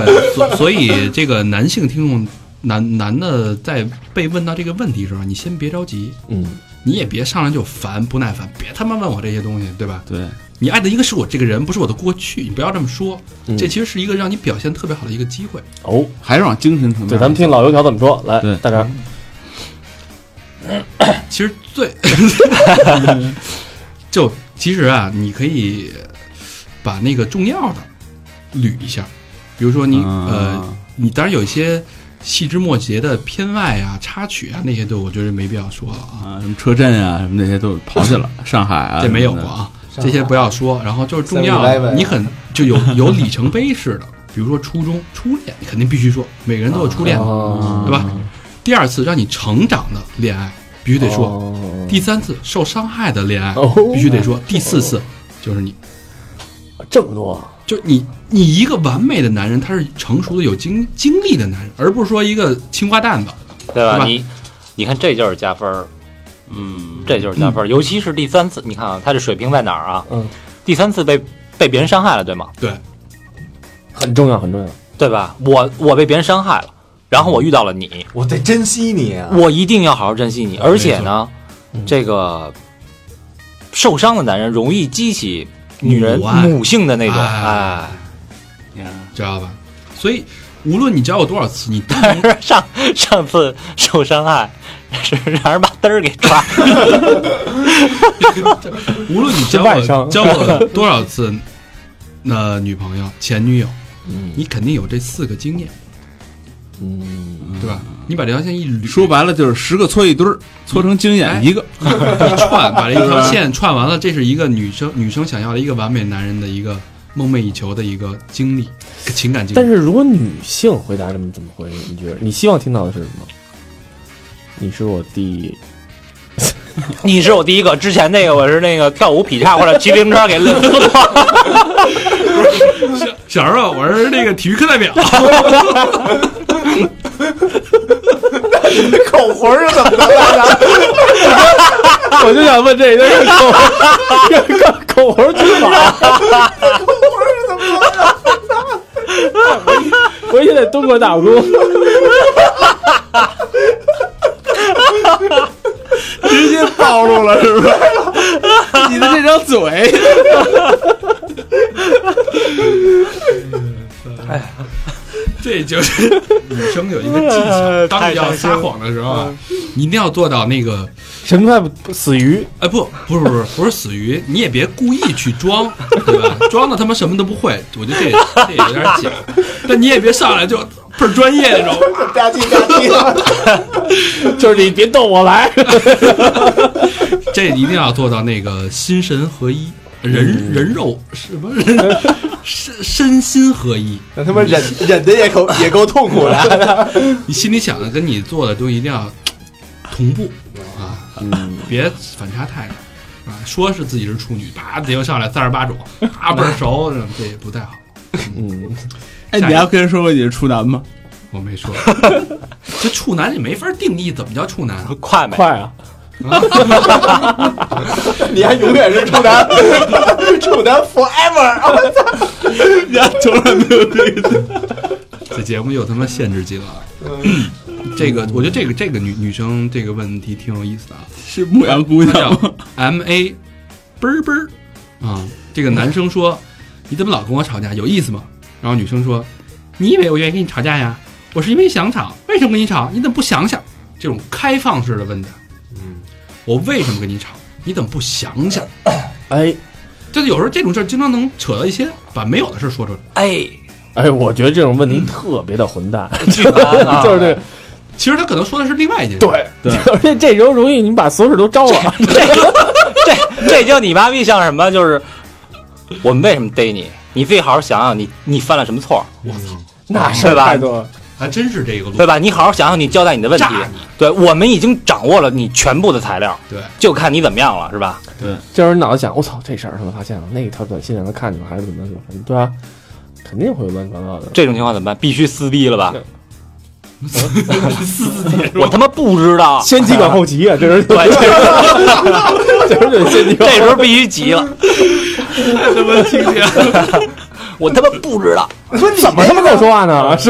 Speaker 5: 对所所以这个男性听众男男的在被问到这个问题的时候，你先别着急，
Speaker 3: 嗯，
Speaker 5: 你也别上来就烦不耐烦，别他妈问我这些东西，对吧？
Speaker 6: 对，
Speaker 5: 你爱的应该是我这个人，不是我的过去，你不要这么说。
Speaker 3: 嗯
Speaker 5: 这其实是一个让你表现特别好的一个机会。
Speaker 3: 哦，
Speaker 6: 还是往精神层面。
Speaker 3: 对，咱们听老油条怎么说。来
Speaker 6: 对，
Speaker 3: 大张，
Speaker 5: 其实最，就其实啊，你可以把那个重要的捋一下，比如说你、呃，
Speaker 6: 啊
Speaker 5: 你当然有一些细枝末节的片外啊、插曲啊那些，对我觉得没必要说了啊，
Speaker 6: 啊，什么车震啊，什么那些都刨去 了，上海啊，
Speaker 5: 这没有过
Speaker 6: 啊。
Speaker 5: 啊，这些不要说。然后就是重要
Speaker 4: 7-Eleven
Speaker 5: 的，你很就有有里程碑式的，比如说初中初恋，你肯定必须说，每个人都有初恋嘛，
Speaker 3: 哦
Speaker 5: 对吧？第二次让你成长的恋爱必须得说，
Speaker 3: 哦
Speaker 5: 第三次受伤害的恋爱
Speaker 3: 哦
Speaker 5: 必须得说，第四次就是你，
Speaker 3: 这么多，
Speaker 5: 就你你一个完美的男人，他是成熟的、有经经历的男人，而不是说一个青瓜蛋子。
Speaker 2: 对
Speaker 5: 是
Speaker 2: 吧？
Speaker 5: 吧
Speaker 2: 你你看，这就是加分儿，嗯，这就是加分儿。尤其是第三次，你看啊，他这水平在哪儿啊？
Speaker 3: 嗯，
Speaker 2: 第三次被被别人伤害了，对吗？
Speaker 5: 对，
Speaker 3: 很重要，很重要。
Speaker 2: 对吧？我我被别人伤害了，然后我遇到了你，
Speaker 4: 我得珍惜你啊！
Speaker 2: 我一定要好好珍惜你。
Speaker 6: 啊
Speaker 2: 而且呢，
Speaker 6: 嗯
Speaker 2: 这个受伤的男人容易激起女人
Speaker 5: 母爱
Speaker 2: 母性的那种
Speaker 5: 哎
Speaker 2: 哎，
Speaker 5: 知道吧？所以无论你教我多少次，你都 能
Speaker 2: 哎 上上次受伤害 是让人把嘚儿给 抓，
Speaker 5: 无论你交
Speaker 3: 是外
Speaker 5: 过
Speaker 3: 伤
Speaker 5: 交过多少次那女朋友、前女友，
Speaker 3: 嗯
Speaker 5: 你肯定有这四个经验，
Speaker 3: 嗯，
Speaker 5: 对吧？你把这条线一捋，
Speaker 6: 说白了就是十个搓一堆儿，搓成经
Speaker 5: 哎
Speaker 6: 验一个。
Speaker 5: 一串，把这一条线串完了，这是一个女生女生想要的一个完美男人的一个梦寐以求的一个经历，一个情感经历。
Speaker 3: 但是如果女性回答这么怎么回，你觉得你希望听到的是什么？你是我第
Speaker 2: 你是我第一个，之前那个我是那个跳舞劈叉或者骑自行车给勒死了。
Speaker 5: 小时候我是那个体育课代表，
Speaker 4: 口活是怎么的 来着？
Speaker 3: 我就想问这个 口口红之法，口红是怎么我现在东国打 工，
Speaker 6: 直接暴露了，是 不是？你的这张嘴，
Speaker 5: 这就是女生有一个技巧。
Speaker 3: 哎
Speaker 5: 当你要撒谎的时候啊，
Speaker 3: 嗯
Speaker 5: 你一定要做到那个，
Speaker 3: 什么快不死鱼？
Speaker 5: 哎，不，不是，不是，不是死鱼，你也别故意去装，对吧？装的他妈什么都不会，我觉得这这也有点假。但你也别上来就倍儿专业那种，
Speaker 4: 吧唧吧唧，
Speaker 3: 就是你别逗我 来。
Speaker 5: 这一定要做到那个心神合一，人人肉什么 人身身心合一。
Speaker 4: 那他妈 忍忍的也够也够痛苦 的。
Speaker 5: 你心里想的跟你做的都一定要同步啊，别反差太大啊。说是自己是处女，啪，直接上来三十八种，啊倍儿熟，这也不太好。
Speaker 3: 嗯，
Speaker 6: 哎，你还跟人说过你是处男吗？
Speaker 5: 我没说， 这处男也没法定义怎么叫处男。
Speaker 2: 快呗，
Speaker 3: 快啊！
Speaker 4: 你还永远是处男， 处男 forever。
Speaker 6: 人家从来没有这个。
Speaker 5: 这节目又他妈限制级了。
Speaker 4: 嗯
Speaker 5: 这个，我觉得这个这个女女生这个问题挺有意思的啊。
Speaker 6: 是牧羊姑
Speaker 5: 他
Speaker 6: 娘吗
Speaker 5: 叫？M A，啵儿啵儿啊。这个男生说：“你怎么老跟我吵架，有意思吗？”然后女生说：“你以为我愿意跟你吵架呀？我是因为想吵，为什么跟你吵？你怎么不想想？”这种开放式的问答，嗯，我为什么跟你吵？你怎么不想想？
Speaker 3: 哎
Speaker 5: 就是有时候这种事儿经常能扯到一些把没有的事儿说出来。
Speaker 2: 哎，
Speaker 3: 哎，我觉得这种问题特别的混蛋，
Speaker 2: 巨难啊！
Speaker 3: 就是这个
Speaker 5: 其实他可能说的是另外一件事。
Speaker 3: 对
Speaker 6: 对，
Speaker 3: 而且这时候容易你把所有事都招了，
Speaker 2: 这 这叫你妈逼像什么？就是我们为什么逮你？你自己好好想想，你你犯了什么错，
Speaker 3: 那事儿太多了。
Speaker 5: 还真是这个路
Speaker 2: 对。吧？你好好想想，你交代你的问题
Speaker 5: 炸你。
Speaker 2: 对，我们已经掌握了你全部的材料，
Speaker 5: 对，
Speaker 2: 就看你怎么样了，是吧？
Speaker 3: 这时候你脑子想，我操，这事儿他们发现了，那个条短信让他看见了，还是怎么怎么着，对啊，肯定会有乱七八糟的。
Speaker 2: 这种情况怎么办？必须撕逼了吧？
Speaker 5: 吧
Speaker 2: 我他妈不知道，
Speaker 3: 先急管后急啊，这时候
Speaker 2: 对，这时候
Speaker 3: 这时候就先急管
Speaker 2: 这时候必须急了，
Speaker 5: 他妈听见
Speaker 2: 我他妈不知道。
Speaker 3: 说怎么他妈跟我说话呢？是，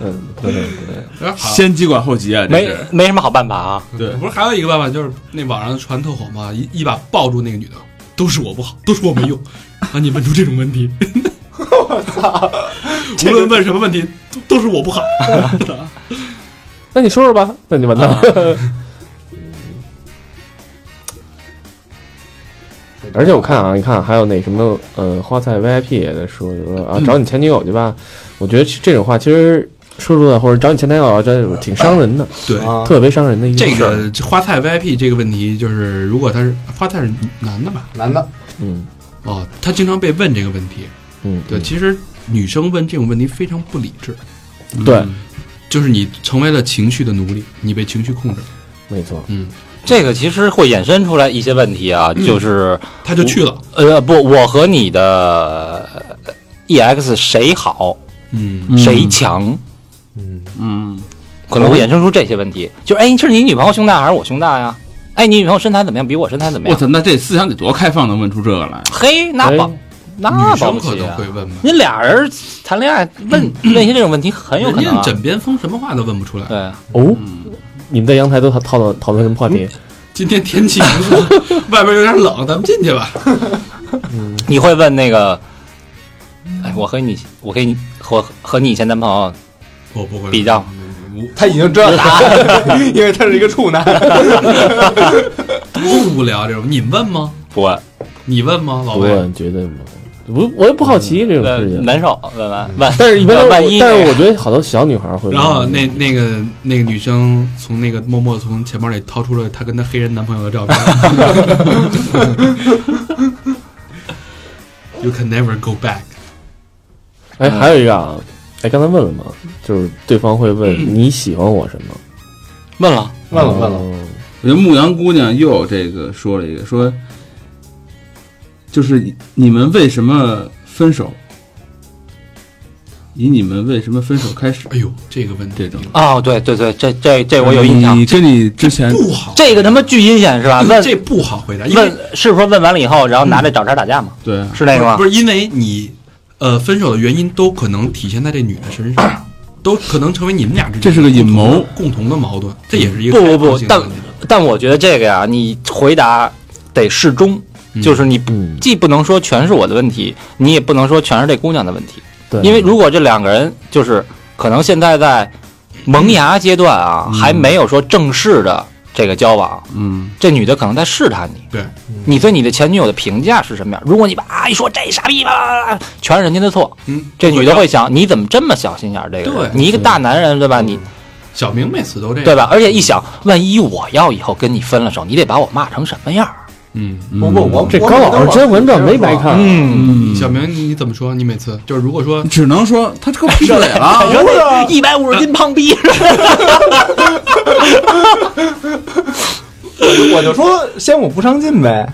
Speaker 3: 嗯，对对对，
Speaker 6: 先急管后急啊，这
Speaker 2: 没
Speaker 6: 是
Speaker 2: 没什么好办法啊，
Speaker 6: 对
Speaker 5: 不是还有一个办法，就是那网上传特火嘛，一一把抱住那个女的，都是我不好，都是我没 用，啊！你问出这种问题，我操！无论问什么问题，都都是我不好。
Speaker 3: 那你说说吧，那你完蛋了。而且我看啊，你看还有那什么，呃，花菜 VIP 也在说，就说啊，找你前女友去吧。我觉得这种话其实说出来，或者找你前男友啊，这挺伤人的，
Speaker 5: 对，
Speaker 4: 啊，
Speaker 3: 特别伤人的一件
Speaker 5: 这
Speaker 3: 事儿。
Speaker 5: 个花菜 VIP 这个问题，就是如果他是花菜是男的吧，
Speaker 4: 男的，
Speaker 3: 嗯
Speaker 5: 哦，他经常被问这个问题。
Speaker 3: 嗯，
Speaker 5: 对，其实女生问这种问题非常不理智，
Speaker 3: 对
Speaker 6: 嗯
Speaker 5: 就是你成为了情绪的奴隶，你被情绪控制了。
Speaker 3: 没错，
Speaker 5: 嗯，
Speaker 2: 这个其实会衍生出来一些问题啊，就是
Speaker 5: 他就去了。
Speaker 2: 呃不，我和你的呃 EX 谁好，
Speaker 5: 嗯
Speaker 6: 嗯
Speaker 2: 谁强，
Speaker 4: 嗯，
Speaker 6: 嗯，
Speaker 2: 可能会衍生出这些问题。就是哎，是你女朋友胸大还是我胸大呀？哎，你女朋友身材怎么样？比我身材怎么
Speaker 6: 我
Speaker 2: 样？
Speaker 6: 操，那这思想得多开放，能问出这个来？啊
Speaker 2: 嘿，那
Speaker 3: 哎
Speaker 2: 保那
Speaker 5: 女
Speaker 2: 保
Speaker 5: 生
Speaker 2: 不
Speaker 5: 可
Speaker 2: 齐
Speaker 5: 能
Speaker 2: 啊
Speaker 5: 会！问吧。
Speaker 2: 你俩人谈恋爱问问一些这种问题，很有可
Speaker 5: 人
Speaker 2: 能
Speaker 5: 家
Speaker 2: 啊。
Speaker 5: 枕边风什么话都问不出来。
Speaker 2: 对，
Speaker 3: 哦，
Speaker 6: 嗯，
Speaker 3: 你们在阳台都讨讨论讨论什么话题？
Speaker 5: 今天天气不 错，外边有点冷，咱们进去吧。
Speaker 2: 你会问那个，哎，我和你，我跟你和和你以前男朋友
Speaker 5: 我不会
Speaker 2: 比较，
Speaker 4: 他已经知道答 案，因为他是一个处男。
Speaker 5: 多无聊这种。你问吗？
Speaker 2: 不问，
Speaker 5: 你问吗，老
Speaker 3: 不
Speaker 5: 魏？
Speaker 3: 问，绝对不问，我我也不好奇这种事情。
Speaker 2: 呃难受，问完问，
Speaker 3: 但是，一般都，
Speaker 2: 万一
Speaker 3: 但
Speaker 2: 那
Speaker 3: 是
Speaker 2: 个
Speaker 3: 我觉得好多小女孩会问。
Speaker 5: 然后那那个那个女生从那个默默从钱包里掏出了她跟她黑人男朋友的 照片。You can never go back。嗯
Speaker 3: 哎，还有一个啊，哎，刚才问了嘛，就是对方会问
Speaker 5: 嗯
Speaker 3: 你喜欢我什么？嗯
Speaker 2: 问了，
Speaker 4: 问了问了，
Speaker 3: 了，
Speaker 6: 我觉得牧羊姑娘又有这个说了一个说，就是你们为什么分手？以你们为什么分手开始
Speaker 5: 哎？呦，这个问题
Speaker 6: 这种
Speaker 2: 哦，对对对，这这这我有印象
Speaker 6: 你，跟你之前
Speaker 5: 不好，
Speaker 2: 这个他妈巨阴险是吧？问
Speaker 5: 嗯这不好回答，因为
Speaker 2: 问是说问完了以后，然后拿着找茬打架吗？
Speaker 6: 对啊
Speaker 2: 是那个吗
Speaker 5: 不？是因为你，呃，分手的原因都可能体现在这女的身上，都可能成为你们俩之间
Speaker 6: 这是个隐谋
Speaker 5: 共同的矛盾，这也是一
Speaker 2: 不
Speaker 5: 个
Speaker 2: 不
Speaker 5: 开放
Speaker 2: 不
Speaker 5: 性的
Speaker 2: 但
Speaker 5: 问题
Speaker 2: 但我觉得这个呀，你回答得适中，就是你
Speaker 3: 嗯，
Speaker 2: 既不能说全是我的问题，你也不能说全是这姑娘的问题。
Speaker 3: 对，
Speaker 2: 因为如果这两个人就是可能现在在萌芽阶段啊，还没有说正式的这个交往，
Speaker 6: 嗯，
Speaker 2: 这女的可能在试探你。
Speaker 5: 对，
Speaker 2: 你对你的前女友的评价是什么样？如果你啊一说这傻逼吧，全是人家的错，
Speaker 5: 嗯，
Speaker 2: 这女的会想你怎么这么小心眼儿？这个人
Speaker 5: 对
Speaker 2: 你一个大男人嗯对吧？你
Speaker 5: 小明每次都这样，
Speaker 2: 对吧？而且一想，万一我要以后跟你分了手，你得把我骂成什么样儿？
Speaker 5: 嗯，
Speaker 4: 不不，我
Speaker 3: 这
Speaker 4: 我
Speaker 3: 高老师真文章没白看，
Speaker 2: 嗯，
Speaker 6: 嗯，
Speaker 5: 小明你怎么说？你每次就是如果说
Speaker 6: 只能说他这个劈 腿了，
Speaker 2: 说
Speaker 4: 啊
Speaker 2: 那一百五十斤胖逼，
Speaker 4: 我就说先我不上进呗，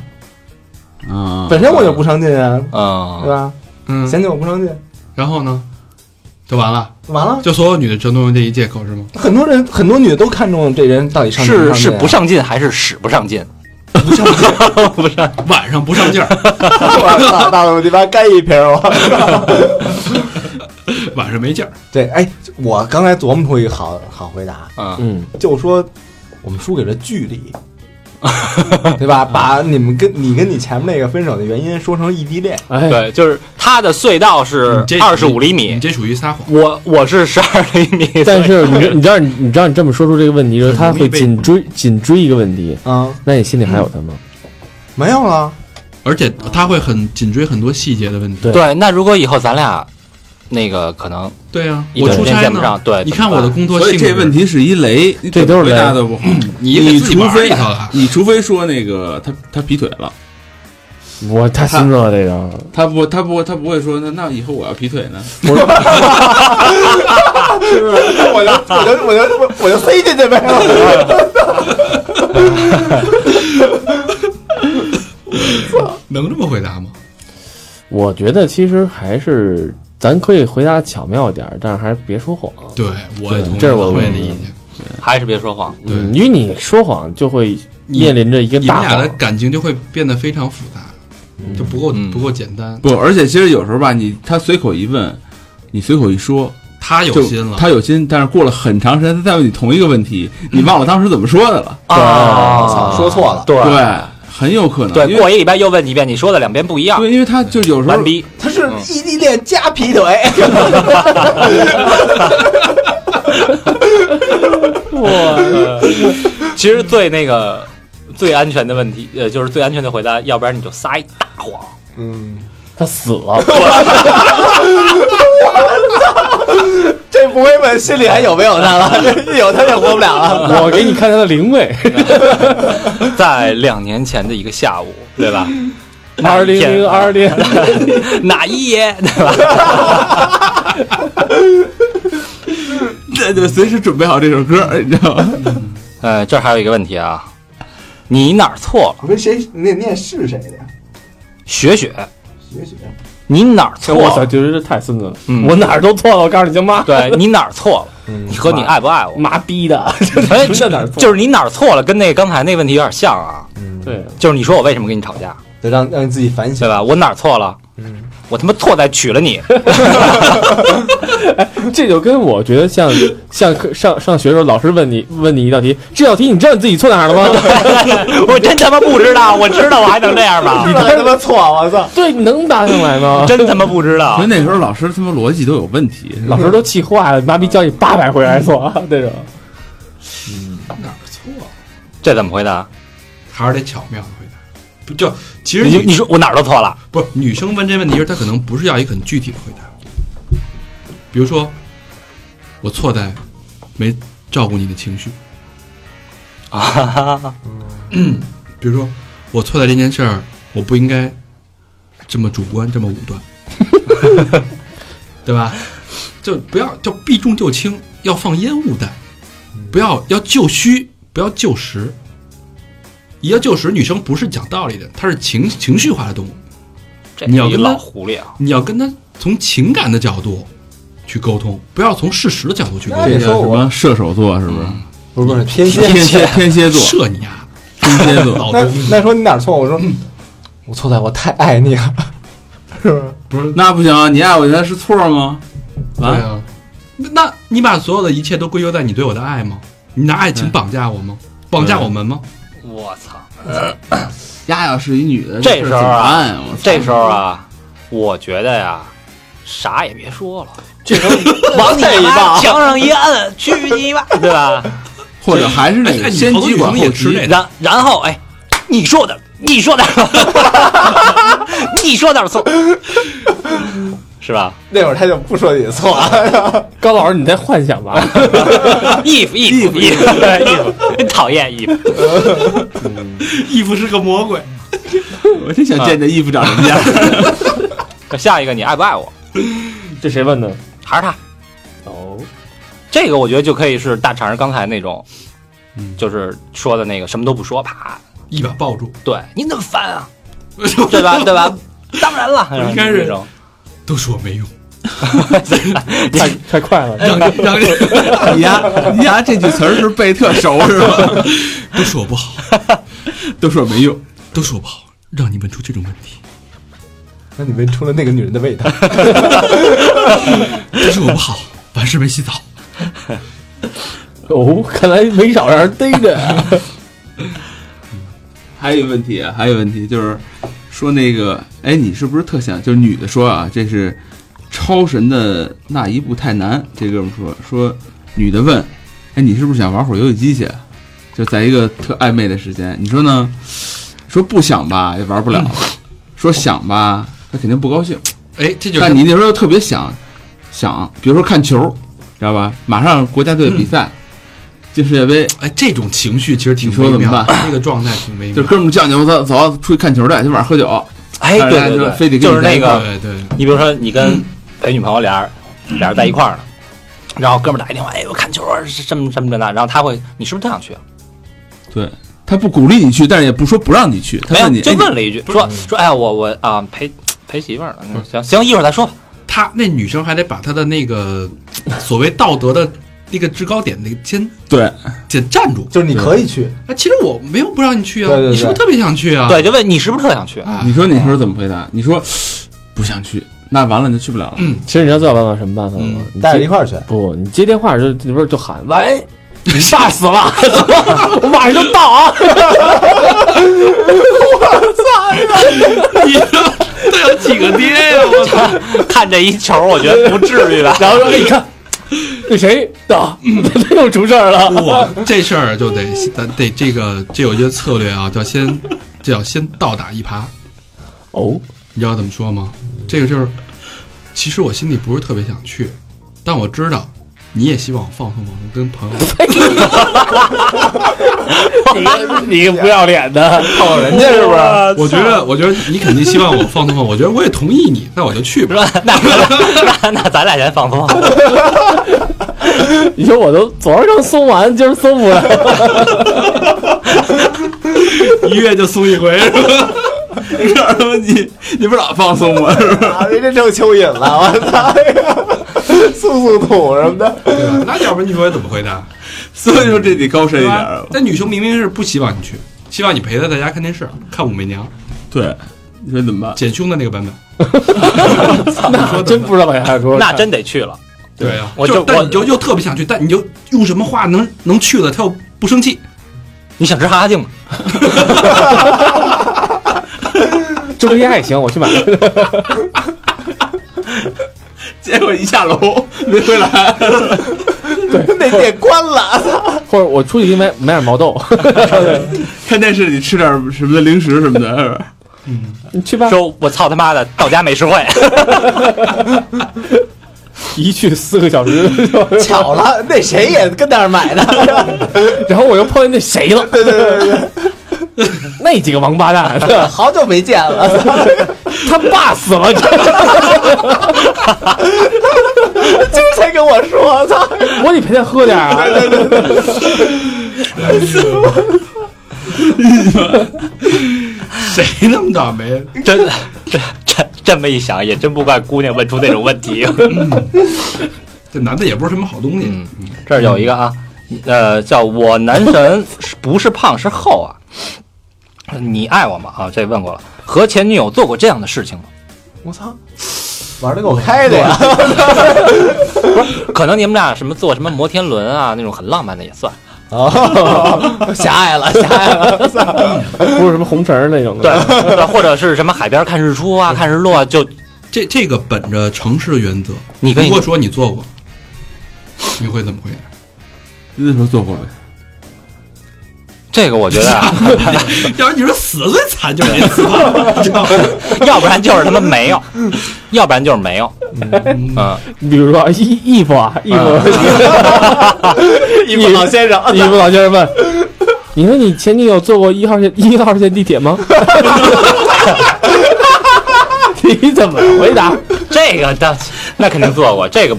Speaker 6: 啊，
Speaker 4: 本身我就不上进啊，对
Speaker 2: 嗯，
Speaker 4: 吧？
Speaker 5: 嗯，
Speaker 4: 嫌弃我不上进，
Speaker 5: 然后呢，就完了，
Speaker 4: 完了，
Speaker 5: 就所有女的全都用这一借口是吗？
Speaker 4: 很多人很多女的都看中这人到底上进
Speaker 2: 嗯
Speaker 4: 啊
Speaker 2: 是是
Speaker 4: 不
Speaker 2: 不上进还是使不上劲？
Speaker 5: 晚上不上劲儿，
Speaker 4: 上进 啊？我操，大佬你妈干一瓶我。
Speaker 5: 晚上没劲儿，
Speaker 4: 对，哎，我刚才琢磨出一个好好回答，
Speaker 2: 嗯，
Speaker 3: 嗯，
Speaker 4: 就说我们输给了距 离，对吧？把你们跟你跟你前面那个分手的原因说成异地恋，
Speaker 3: 哎，
Speaker 2: 对，就是他的隧道是
Speaker 5: 你这
Speaker 2: 二十五厘米
Speaker 5: 你，这属于撒谎。
Speaker 2: 我我是十二厘米，
Speaker 3: 但是你 知你知道你你知道你这么说出这个问题，
Speaker 5: 嗯
Speaker 3: 就是他会紧追紧追一个问题，
Speaker 4: 啊，
Speaker 3: 那你心里还有他吗？
Speaker 4: 没有了，
Speaker 5: 而且他会很紧追很多细节的问题，
Speaker 3: 对
Speaker 2: 对，那如果以后咱俩那个可能
Speaker 5: 对啊，
Speaker 2: 一
Speaker 5: 我
Speaker 2: 整
Speaker 5: 出
Speaker 2: 天
Speaker 5: 差
Speaker 2: 见不上
Speaker 5: 呢，
Speaker 2: 对
Speaker 5: 你看我的工作
Speaker 6: 所以
Speaker 5: 性质，
Speaker 6: 这问题是一雷，你
Speaker 3: 这都是雷
Speaker 6: 回答的不好。
Speaker 5: 你给自己
Speaker 6: 除
Speaker 5: 玩
Speaker 6: 非
Speaker 5: 一套啊了
Speaker 6: 你除非说那个他他劈腿了，
Speaker 5: 嗯
Speaker 3: 我太心热了这个，
Speaker 6: 他不他不他不会说那那以后我要劈腿呢？
Speaker 4: 啊我就我就我就我我就塞进去呗。
Speaker 5: 能这么回答吗？
Speaker 3: 我觉得其实还是咱可以回答巧妙一点儿，但是还是别说谎。
Speaker 5: 对，我也同意
Speaker 3: 这是我
Speaker 5: 老魏
Speaker 3: 问
Speaker 5: 的
Speaker 3: 的
Speaker 5: 意见。
Speaker 2: 还是别说谎。
Speaker 5: 对
Speaker 3: 嗯因为你说谎就会面临着一个
Speaker 5: 你们
Speaker 3: 大
Speaker 5: 俩的
Speaker 3: 谎
Speaker 5: 感情就会变得非常复杂，就不够
Speaker 2: 嗯
Speaker 5: 不够简单。
Speaker 6: 不，而且其实有时候吧，你他随口一问，你随口一说，
Speaker 5: 他有
Speaker 6: 就
Speaker 5: 心了，嗯
Speaker 6: 他有心，但是过了很长时间，他再问你同一个问题，你忘了当时怎么说的了，
Speaker 2: 啊，
Speaker 4: 说错了，
Speaker 3: 对
Speaker 6: 对，很有可能，
Speaker 2: 对，
Speaker 6: 因
Speaker 2: 过
Speaker 6: 为
Speaker 2: 一礼拜又问你一遍，你说的两遍不一样，
Speaker 6: 对，因为他就有时候
Speaker 2: 完逼。
Speaker 4: 他是异地恋加劈腿，
Speaker 2: 其实最那个最安全的问题，呃，就是最安全的回答，要不然你就撒一大谎。
Speaker 4: 嗯，
Speaker 3: 他死了，
Speaker 4: 这不会问心里还有没有他了， 这有他就活不了了。
Speaker 3: 我给你看他的灵 位。
Speaker 2: 在两年前的一个下午，对吧？
Speaker 3: 二零零二年，
Speaker 2: 哪一爷，对吧？
Speaker 6: 对对，随时准备好这首歌，你知道 吗？
Speaker 2: 呃，这儿还有一个问题啊，你哪儿错了？
Speaker 4: 我跟谁那念是谁的呀？
Speaker 2: 雪雪，
Speaker 4: 学学，
Speaker 2: 你哪儿错
Speaker 3: 我操，
Speaker 2: 了？
Speaker 3: 觉得这太孙子了
Speaker 2: 嗯，
Speaker 3: 我哪儿都错了，我告诉你，就骂
Speaker 2: 对你哪儿错了？
Speaker 4: 嗯
Speaker 2: 你和你爱不 爱我？
Speaker 3: 妈逼的，
Speaker 2: 哎，
Speaker 3: 不是哪儿错，
Speaker 2: 就是你哪儿错了，跟那刚才那问题有点像啊。
Speaker 3: 对，
Speaker 2: 就是你说我为什么跟你吵架，
Speaker 4: 得让让你自己反
Speaker 2: 对
Speaker 4: 省。
Speaker 2: 吧？我哪儿错了？我他妈错在娶了 你。
Speaker 3: 这就跟我觉得像 像课上上学的时候，老师问你问你一道题，这道题你知道你自己错哪儿了吗？
Speaker 2: 我真他妈不知道，我知道我还能这样吗？
Speaker 4: 你他妈错，我操！
Speaker 3: 对，你能答上来 吗？
Speaker 2: 真他妈不知道
Speaker 6: 所以。那时候老师他妈逻辑都有问题，
Speaker 3: 啊老师都气坏了，妈逼教你八百回还错那种。
Speaker 5: 哪儿错了？
Speaker 2: 这怎么回答？
Speaker 5: 还是得巧妙的回答。不就其实
Speaker 2: 你
Speaker 5: 女
Speaker 2: 你说我哪儿都错了，
Speaker 5: 不是女生问这问题时，她可能不是要一个很具体的回答，比如说我错在没照顾你的情绪啊， 比如说我错在这件事儿，我不应该这么主观，这么武断， 对吧？就不要就避重就轻，要放烟雾弹，不要要就虚，不要就实。一要就实，女生不是讲道理的，她是情情绪化的动物。
Speaker 2: 这
Speaker 5: 你要
Speaker 2: 一
Speaker 5: 跟他
Speaker 2: 老狐狸啊！
Speaker 5: 你要跟他从情感的角度去沟通，不要从事实的角度去沟
Speaker 4: 那
Speaker 5: 通
Speaker 4: 你
Speaker 6: 这。
Speaker 4: 说
Speaker 6: 叫什
Speaker 4: 我
Speaker 6: 么射手座是不是？
Speaker 5: 嗯
Speaker 4: 不是不是天蝎，
Speaker 6: 天蝎天蝎座，
Speaker 5: 射你啊，
Speaker 6: 天 蝎座，
Speaker 5: 老
Speaker 4: 那
Speaker 5: 公！
Speaker 4: 那说你哪儿错？我说嗯我错在我太爱你了，是不是？
Speaker 6: 那不行啊，你爱我原是错吗？
Speaker 5: 对
Speaker 6: 完，
Speaker 5: 啊，那那你把所有的一切都归咎在你对我的爱吗？你拿爱情绑架我吗？绑架我们吗？
Speaker 2: 我操，
Speaker 6: 丫丫是一女的，
Speaker 2: 这时
Speaker 6: 事
Speaker 2: 候
Speaker 6: 儿怎么
Speaker 2: 啊
Speaker 6: 办呀？我操
Speaker 2: 这时候啊，我觉得呀，啥也别说了，
Speaker 4: 这 时候
Speaker 2: 往你
Speaker 4: 这一棒
Speaker 2: 妈墙上一摁，去你妈， 对吧？
Speaker 6: 或者还是那
Speaker 5: 哎哎
Speaker 6: 个
Speaker 5: 你
Speaker 6: 先
Speaker 5: 头
Speaker 6: 急
Speaker 5: 疼
Speaker 6: 管
Speaker 5: 疼
Speaker 6: 后
Speaker 5: 也吃
Speaker 6: 急
Speaker 5: 那，
Speaker 2: 然然后哎，你说的，你说的， 你说哪儿错？是吧
Speaker 4: 那会儿他就不说你错了，
Speaker 3: 高老师，你在幻想吧？
Speaker 2: ？if if if if，讨 厌 if。
Speaker 5: 义父是个魔鬼。
Speaker 6: 我真想见这衣服长什么样。
Speaker 2: 下一个你爱不爱我？
Speaker 3: 这谁 问的？
Speaker 2: 还是他？
Speaker 3: 哦，
Speaker 2: 这个我觉得就可以是大肠刚才那种，就是说的那个什么都不说，啪，
Speaker 5: 一把抱住，
Speaker 2: 对你那么烦啊，对 吧？对吧？ 当然了，
Speaker 5: 应该是
Speaker 2: 这种，
Speaker 5: 都说没用，
Speaker 3: 太太快
Speaker 6: 哎
Speaker 3: 了，
Speaker 5: 让让
Speaker 6: 你丫你丫这句词儿是背特熟是吧？
Speaker 5: 都说我不好，
Speaker 6: 都说没用，
Speaker 5: 都说我不好，让你问出这种问 题，
Speaker 4: 那你闻出了那个女人的味道。
Speaker 5: 都是我不好，完事没洗澡。
Speaker 3: 哦，看来没少让人逮 着。
Speaker 6: 还有一个问题啊，还有一个问题就是说那个，哎，你是不是特想就是女的说啊，这是超神的那一步太难。这哥们说说女的问，哎，你是不是想玩会儿游戏机去？就在一个特暧昧的时间，你说呢？说不想吧，也玩不了； 说想吧，他肯定不高兴。
Speaker 5: 哎，这就是
Speaker 6: 但你那时候又特别想，想，比如说看球，知道吧？马上国家队比赛，
Speaker 5: 嗯
Speaker 6: 进世界杯，
Speaker 5: 哎，这种情绪其实挺
Speaker 6: 你说
Speaker 5: 微妙
Speaker 6: 怎么
Speaker 5: 的，那个状态挺微
Speaker 6: 就
Speaker 5: 妙
Speaker 6: 是。哥们儿叫你，我操，走，出去看球去，今晚上喝酒。
Speaker 2: 哎，对
Speaker 6: 哎
Speaker 2: 对
Speaker 6: 就
Speaker 2: 对，
Speaker 6: 非得跟
Speaker 2: 就是
Speaker 6: 你在
Speaker 2: 那
Speaker 6: 一块
Speaker 2: 个
Speaker 6: 儿，
Speaker 5: 对对，
Speaker 2: 你比如说你
Speaker 6: 嗯
Speaker 2: 跟陪女朋友俩人俩人在一块儿呢，然后哥们儿打一电话，哎，我看球儿是这么这么着那，然后他会，你是不是特想去？啊
Speaker 6: 对他不鼓励你去，但是也不说不让你去，他
Speaker 2: 没有，
Speaker 6: 问你，
Speaker 2: 就
Speaker 6: 哎
Speaker 2: 问了一句，说说，哎，我我啊陪陪媳妇儿了，嗯行行，一会儿再说吧。
Speaker 5: 他那女生还得把他的那个所谓道德的那个制高点那个先
Speaker 6: 对，
Speaker 5: 先站住。
Speaker 4: 就是你可以去，
Speaker 5: 哎，其实我没有不让你去啊
Speaker 4: 对，对对
Speaker 5: 你是不是特别想去啊？
Speaker 2: 对，就问你是不是特想去？
Speaker 5: 啊，
Speaker 6: 你说你那时候怎么回答？你说不想去，那完了你就去不了了。
Speaker 3: 其实你知道最好办法什么办法吗？你
Speaker 4: 带着
Speaker 3: 接
Speaker 4: 一块儿去。
Speaker 3: 不，你接电话就不是就喊喂，
Speaker 2: 吓死了！
Speaker 3: 我马上就到啊！
Speaker 5: 这有几个爹呀？我操！
Speaker 2: 看这一球，我觉得不至 于吧？
Speaker 3: 然后说哎你看那谁到， 他又出事儿了。
Speaker 5: 我这事儿就得得得这个这有一些策略啊，叫先这叫先倒打一耙，
Speaker 3: 哦，
Speaker 5: 你知道怎么说吗？这个就是，其实我心里不是特别想去，但我知道你也希望我放松放松，跟 朋友
Speaker 3: 你个不要脸的，
Speaker 4: 泡人家是不是？
Speaker 5: 我觉得，我觉得你肯定希望我放松放松，我觉得我也同意你，那我就去吧。
Speaker 2: 说那那那那咱俩先 放松。
Speaker 3: 你说我都昨儿刚松完，今儿松不了。
Speaker 5: 一 月就松一回，是吧？
Speaker 6: 告诉他们 你你不是老放松吗？ 是吧
Speaker 4: 啊，人家成蚯蚓了，我操！ 速速土什么的，
Speaker 5: 对吧？那要不然你说我怎么回答？
Speaker 6: 所以说这得高深一
Speaker 5: 对
Speaker 6: 点
Speaker 5: 吧
Speaker 6: 儿。？
Speaker 5: 那女生明明是不希望你去，希望你陪她在家看电视，看《武媚娘》，
Speaker 6: 对，你说怎么办？
Speaker 5: 简兄的那个版本。
Speaker 3: 那真不知道往下说。
Speaker 2: 那真得去了。
Speaker 5: 对呀、
Speaker 2: 我
Speaker 5: 就
Speaker 2: 就
Speaker 5: 但
Speaker 2: 我
Speaker 5: 你就又特别想去，但你就用什么话能能去了，她又不生气。
Speaker 2: 你想吃哈哈镜吗？
Speaker 3: 周黑鸭也行，我去买。
Speaker 6: 结果一下楼没回来，
Speaker 4: 那店关了。
Speaker 3: 或者我出去给你买买点毛豆，
Speaker 6: 看电视你吃点什么的零食什么的，是吧？
Speaker 3: 你去吧。
Speaker 2: 说我操他妈的，到家美食会。
Speaker 3: 一去四个小时，
Speaker 4: 巧了，那谁也跟那儿买 的，
Speaker 3: 然后我又碰见那谁了，
Speaker 4: 对对对对
Speaker 3: 那几个王八蛋，
Speaker 4: 对，好久没见了，
Speaker 3: 他爸死 了，
Speaker 4: 今儿才跟我说，操！
Speaker 3: 我得陪他喝点儿啊。
Speaker 5: 谁那么倒霉？
Speaker 2: 真的，这这这么一想，也真不怪姑娘问出那种问题。
Speaker 5: 这男的也不是什么好东西。
Speaker 2: 嗯这儿有一个啊，呃，叫我男神是不是胖是厚啊？你爱我吗？啊，这问过了。和前女友做过这样的事情吗？
Speaker 4: 我操，玩的够开的呀！
Speaker 2: 可能你们俩什么坐什么摩天轮啊，那种很浪漫的也算。
Speaker 4: 哦，狭隘了，狭隘了，
Speaker 3: 不是什么红绳儿那种的。
Speaker 2: 对，对或者是什么海边看日出啊，看日落啊，就
Speaker 5: 这这个本着城市原则，
Speaker 2: 你跟
Speaker 5: 如
Speaker 2: 你
Speaker 5: 果说你 做过，你会怎么回 答？
Speaker 6: 那时候做过呗。
Speaker 2: 这个我觉得啊，
Speaker 5: 要不然你说死最惨就是你死了，你知道吗？
Speaker 2: 要不然就是他妈没有，要不然就是没有。嗯，
Speaker 3: 比如说衣衣服啊，衣服，
Speaker 4: 一木老先生，
Speaker 3: 衣服老先生问，你说你前女友坐过一号线 一号线地铁吗？ 你怎么回答？
Speaker 2: 这个当那肯定做过，这个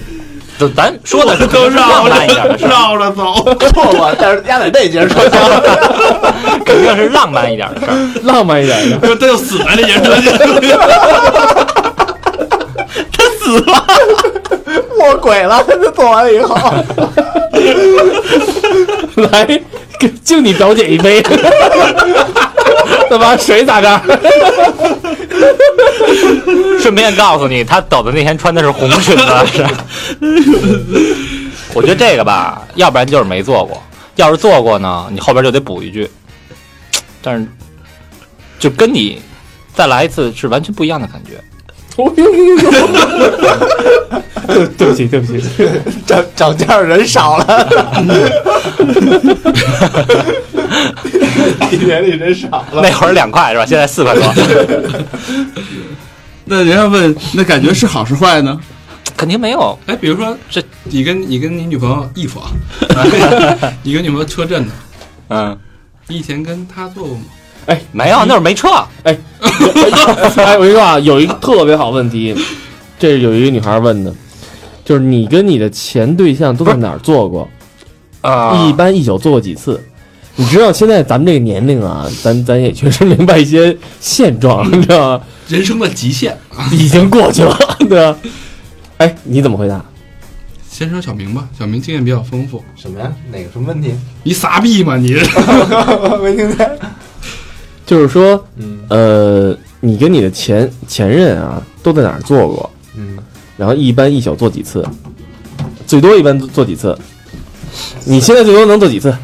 Speaker 2: 都咱说的是都浪漫一点的事儿，
Speaker 5: 绕着走。
Speaker 4: 错了，但是压在那节说行了，
Speaker 2: 肯定是浪漫一点的事儿。
Speaker 3: 浪漫一点的，
Speaker 5: 他就死在这件事情。
Speaker 4: 卧轨了，他做完了以后，
Speaker 3: 来给敬你表姐一杯。 再把水咋这儿？
Speaker 2: 顺便告诉你，他走的那天穿的是红裙子。是 我觉得这个吧，要不然就是没做过，要是做过呢，你后边就得补一句，但是就跟你再来一次是完全不一样的感觉。
Speaker 3: 对不起，对不起，
Speaker 4: 涨涨价人少了，一年里人少了，
Speaker 2: 那会儿两块是吧？现在 四块多，
Speaker 6: 那人家问，那感觉是好是坏呢？
Speaker 2: 肯定没有，
Speaker 5: 哎，比如说
Speaker 2: 这
Speaker 5: 你跟你跟你女朋友 if 啊，你跟女朋友车震呢，
Speaker 6: 嗯，
Speaker 5: 你以前跟她做过吗？
Speaker 2: 没有，那会儿没车，
Speaker 3: 哎，我跟你说啊，有一个特别好问题，这是有一个女孩问的，就是你跟你的前对象都在哪儿做过？
Speaker 2: 啊
Speaker 3: 一般一宿做过几次？你知道现在咱们这个年龄啊，咱咱也确实明白一些现状，你知道吗？
Speaker 5: 人生的极限。
Speaker 3: 已经过去了， 对吧？哎，你怎么回答？
Speaker 5: 先说小明吧，小明经验比较丰富。
Speaker 4: 什么呀？哪个什么问题？
Speaker 5: 你傻逼吗你？
Speaker 4: 没听见。
Speaker 3: 就是说，
Speaker 4: 嗯
Speaker 3: 呃，你跟你的前前任啊，都在哪儿做过？
Speaker 4: 嗯，
Speaker 3: 然后一般一宿做几次？最多一般做几次？你现在最多能做几次？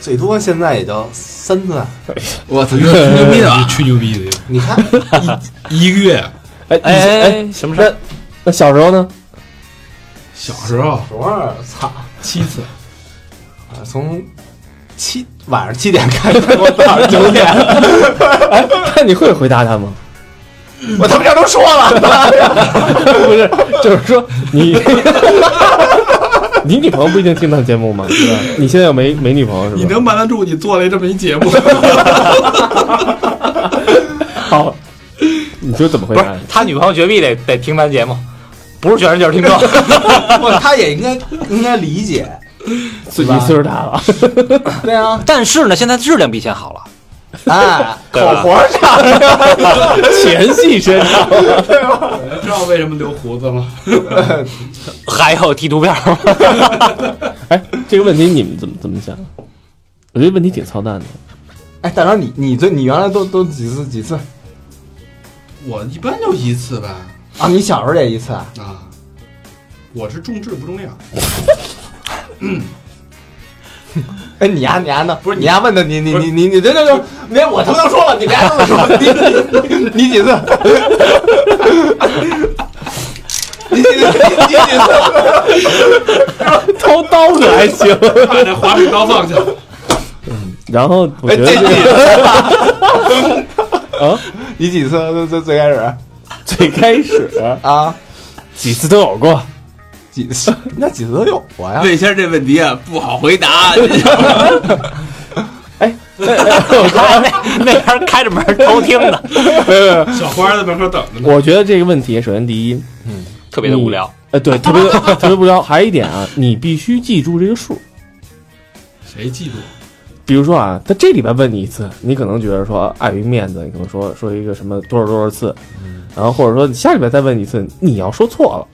Speaker 4: 最多现在也就三次。
Speaker 6: 我操，你吹牛逼啊！
Speaker 5: 吹牛逼的，
Speaker 4: 你看，
Speaker 5: 一个月
Speaker 3: 哎
Speaker 2: 哎
Speaker 3: 你
Speaker 2: 哎
Speaker 3: 哎，
Speaker 2: 什么事
Speaker 3: 那那小时候 呢？
Speaker 5: 小时候
Speaker 4: 昨儿操，
Speaker 5: 七次，
Speaker 4: 从七晚上七点开始，我早上九 点，
Speaker 3: 那你会回答他吗？
Speaker 4: 我他妈这都说了，
Speaker 3: 不是，就是说 你，你女朋友不一定听到节目吗？对吧你现在又没没女朋友是 吧？
Speaker 5: 你能瞒得住你做了这么一 节目？
Speaker 3: 好，你说怎么回
Speaker 2: 不是
Speaker 3: 答？
Speaker 2: 他女朋友绝壁得得听咱节目，不是全是就是听众，
Speaker 4: 我他也应该应该理解，
Speaker 3: 自己岁数大了，
Speaker 4: 对啊，
Speaker 2: 但是呢，现在质量比以前好了，
Speaker 4: 哎，口
Speaker 2: 对吧
Speaker 4: 活儿上，
Speaker 3: 前戏身上。
Speaker 5: 知道为什么留胡子吗？
Speaker 2: 还有地图片吗？
Speaker 3: 哎，这个问题你们怎么怎么想？我觉得问题挺操蛋的。
Speaker 4: 哎，大张，你你最你原来都都几次几次
Speaker 5: 我一般就一次吧。
Speaker 4: 啊？你小时候也一次啊？
Speaker 5: 啊，我是重质不重量。
Speaker 4: 哎，你丫你丫呢？不是你丫问的，你你
Speaker 5: 不是
Speaker 4: 你你你这这这， 连我他妈都说了，你别这么说，你你你几 次？你你你你几次？
Speaker 3: 掏刀可还行。
Speaker 5: 把那滑水刀放下，
Speaker 3: 然后我觉得
Speaker 4: 哎这几
Speaker 3: 哎这个
Speaker 4: 次？
Speaker 3: 啊，
Speaker 4: 你几次？最最最开始
Speaker 3: 最开始
Speaker 4: 啊？
Speaker 3: 几次都有过，
Speaker 4: 几次？那几次都有我呀？
Speaker 6: 魏先生这问题啊，不好回答。
Speaker 2: 那 那那边开着门偷听的，
Speaker 5: 小花在门口等着呢。
Speaker 3: 我觉得这个问题，首先第一，
Speaker 2: 特别的无聊。
Speaker 3: 呃，对，特别特别无聊。还有一点啊，你必须记住这个数。
Speaker 5: 谁记住？
Speaker 3: 比如说啊，他这礼拜问你一次，你可能觉得说碍于面子，你可能说说一个什么多少多少次，然后或者说你下礼拜再问一次，你要说错了，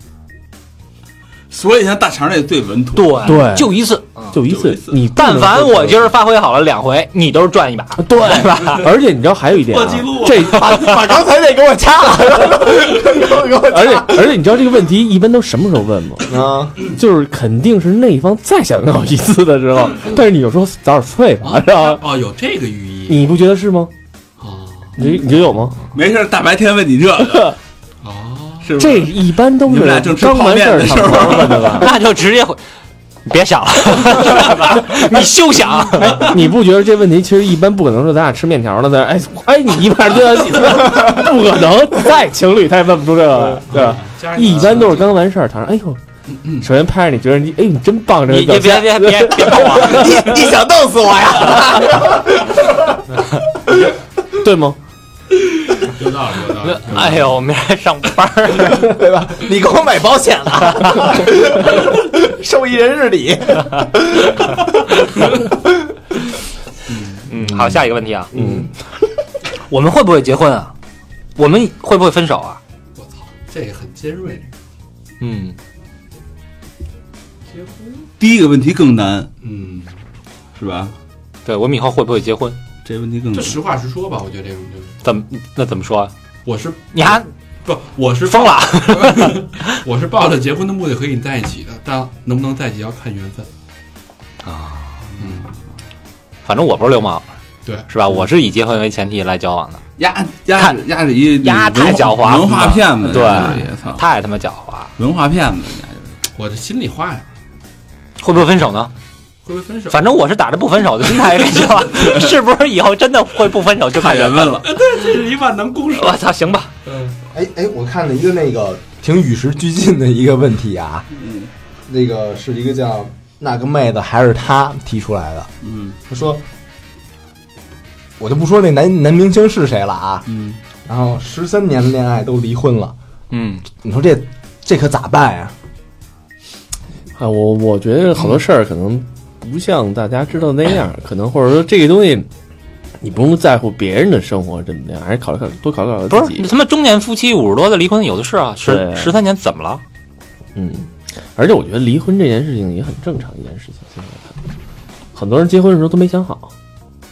Speaker 6: 所以像大肠这最稳妥。
Speaker 2: 对
Speaker 3: 对
Speaker 2: 就一次。
Speaker 3: 就一
Speaker 6: 就
Speaker 3: 次
Speaker 6: 一，次
Speaker 3: 你不
Speaker 2: 但
Speaker 3: 能
Speaker 2: 凡我
Speaker 3: 说
Speaker 2: 今儿发挥好了两回，你都是赚一把，
Speaker 3: 错对吧？而且你知道还有一点啊
Speaker 5: 破纪录，啊
Speaker 3: 这
Speaker 4: 把把刚才那给我掐了，给我
Speaker 3: 而且而且你知道这个问题一般都什么时候问吗？
Speaker 4: 啊！
Speaker 3: 就是肯定是那一方再想要一次的时候，但是你就说早点睡吧，是吧？
Speaker 5: 哦，有这个寓意
Speaker 3: 你不觉得是吗？
Speaker 2: 哦
Speaker 5: 啊
Speaker 3: 你你觉得有吗？
Speaker 6: 没事儿，大白天问你这个，
Speaker 5: 啊！
Speaker 6: 是不
Speaker 3: 这
Speaker 6: 是？
Speaker 3: 一般都
Speaker 6: 你
Speaker 3: 是
Speaker 6: 们俩正吃
Speaker 3: 刚
Speaker 6: 泡
Speaker 3: 完事
Speaker 6: 面
Speaker 3: 儿
Speaker 6: 的时
Speaker 3: 上
Speaker 6: 候
Speaker 3: 床问的吧？
Speaker 2: 那就直接回。你别想了， 你休想！
Speaker 3: 哎你不觉得这问题其实一般不可能说咱俩吃面条呢？在那儿哎哎，你一晚上对他几次？不可能，再情侣他也问不出这个来，对吧？
Speaker 5: 加上你
Speaker 3: 一般都是刚完事儿，躺上，哎呦，首先拍着你觉得你，哎，你真棒，这
Speaker 2: 你
Speaker 3: 个
Speaker 2: 你
Speaker 3: 表
Speaker 2: 别
Speaker 3: 现。
Speaker 2: 别别别碰我！
Speaker 4: 你你想弄死我呀？
Speaker 3: 对吗？
Speaker 5: 有道理，有道理。
Speaker 2: 哎呦，我明儿还上班儿，
Speaker 4: 对吧？你给我买保险了， 受益人是你。
Speaker 2: 嗯，好，下一个问题啊，
Speaker 3: 嗯，
Speaker 2: 我们会不会结婚啊？我们会不会分手啊？
Speaker 5: 我操，这个很尖锐。
Speaker 2: 嗯，
Speaker 5: 结婚？
Speaker 6: 第一个问题更难，
Speaker 5: 嗯，
Speaker 6: 是吧？
Speaker 2: 对，我们以后会不会结婚？
Speaker 6: 这问题
Speaker 2: 嗯
Speaker 6: 更
Speaker 5: 就
Speaker 6: 难。
Speaker 5: 实话实说吧，我觉得这种就是，
Speaker 2: 怎么那怎么说啊？
Speaker 5: 我是
Speaker 2: 你还
Speaker 5: 不，我是
Speaker 2: 疯了？
Speaker 5: 我是抱着结婚的目的和你在一起的，但能不能在一起要看缘分。
Speaker 2: 啊
Speaker 5: 嗯
Speaker 2: 反正我不是流氓，
Speaker 5: 对
Speaker 2: 是吧？我是以结婚为前提来交往的，
Speaker 6: 压压
Speaker 2: 看
Speaker 6: 压着一
Speaker 2: 压
Speaker 6: 文化
Speaker 2: 太狡猾了
Speaker 6: 文化骗子，
Speaker 2: 对
Speaker 6: 也操，
Speaker 2: 太他妈狡猾！
Speaker 6: 文化骗子，
Speaker 5: 我这心里话呀，
Speaker 2: 会不会分手呢？
Speaker 5: 会不会分手？
Speaker 2: 反正我是打着不分手的心态跟你说，是不是以后真的会不分手就
Speaker 6: 太
Speaker 2: 看
Speaker 6: 缘
Speaker 2: 人了？
Speaker 6: 分了。
Speaker 5: 这是一万能公式。
Speaker 2: 我操，行吧，
Speaker 5: 嗯，
Speaker 4: 哎哎，我看了一个那个挺与时俱进的一个问题啊。那个是一个叫那个妹子还是他提出来的。
Speaker 6: 嗯
Speaker 4: 他说，我就不说那男男明星是谁了啊。
Speaker 6: 嗯
Speaker 4: 然后十三年的恋爱都离婚了，
Speaker 2: 嗯，
Speaker 4: 你说这这可咋办呀？
Speaker 3: 啊，我我觉得好多事儿可能不像大家知道那样，可能或者说这个东西，你不用在乎别人的生活怎么样，还是考虑考虑多考虑考虑
Speaker 2: 不
Speaker 3: 自
Speaker 2: 是你
Speaker 3: 己。
Speaker 2: 他妈中年夫妻五十多的离婚有的是啊，十
Speaker 3: 对
Speaker 2: 十三年怎么了？
Speaker 3: 嗯，而且我觉得离婚这件事情也很正常一件事情，现在看，很多人结婚的时候都没想好，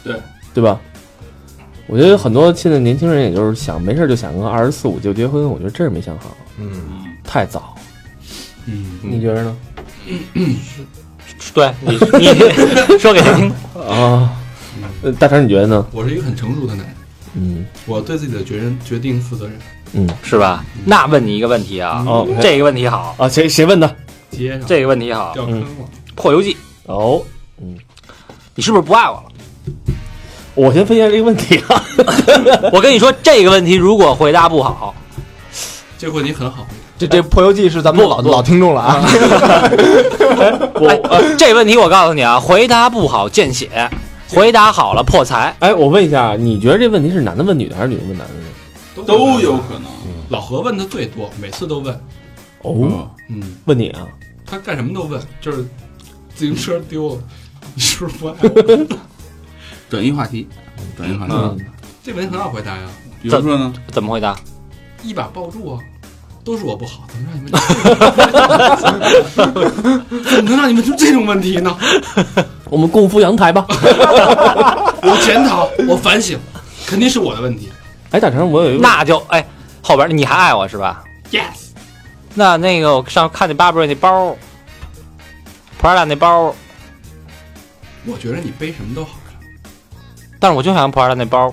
Speaker 6: 对
Speaker 3: 对吧？我觉得很多现在年轻人也就是想没事儿就想个二十四五就结婚，我觉得真是没想好，
Speaker 4: 嗯，
Speaker 3: 太早。
Speaker 5: 嗯，
Speaker 3: 你觉得呢？
Speaker 2: 对你 你说给谁听？
Speaker 3: 啊， 呃大成你觉得呢？
Speaker 5: 我是一个很成熟的男人，
Speaker 3: 嗯
Speaker 5: 我对自己的决人决定负责任。
Speaker 3: 嗯
Speaker 2: 是吧？那问你一个问题啊，
Speaker 3: 哦
Speaker 2: 这个问题好，
Speaker 3: 啊，谁谁问的？
Speaker 5: 接上
Speaker 2: 这嗯个问题好，
Speaker 5: 掉坑了，
Speaker 2: 破游记，
Speaker 3: 哦，
Speaker 2: 你是不是不爱我了？
Speaker 3: 我先分析一下这个问题啊。
Speaker 2: 我跟你说，这个问题如果回答不好，
Speaker 5: 这问题很好。
Speaker 4: 这这破游记是咱们老老听众了啊。
Speaker 2: 我、呃、这问题我告诉你啊，回答不好见血，回答好了破财。
Speaker 3: 哎，我问一下，你觉得这问题是男的问女的，还是女的问男的呢？
Speaker 6: 都有可能。
Speaker 5: 老何问的最多，每次都问。
Speaker 3: 哦，
Speaker 6: 哦
Speaker 5: 嗯，
Speaker 3: 问你啊，
Speaker 5: 他干什么都问，就是自行车丢了，你是不是不爱我？
Speaker 6: 转移话题，转移话题。
Speaker 3: 嗯，
Speaker 5: 这问题很好回答呀，
Speaker 6: 比如说呢，
Speaker 2: 怎么回答？
Speaker 5: 一把抱住啊！都是我不好，怎么让你们 怎么能让你们出这种问题呢？
Speaker 3: 我们共赴阳台吧。
Speaker 5: 我检讨，我反省，肯定是我的问题。
Speaker 3: 哎，大成，我有一个
Speaker 2: 那就哎，后边你还爱我是吧？
Speaker 5: Yes，
Speaker 2: 那那个我上看那巴布瑞那包，普拉达那包，
Speaker 5: 我觉得你背什么都好看。
Speaker 2: 但是我就想要普拉达那包，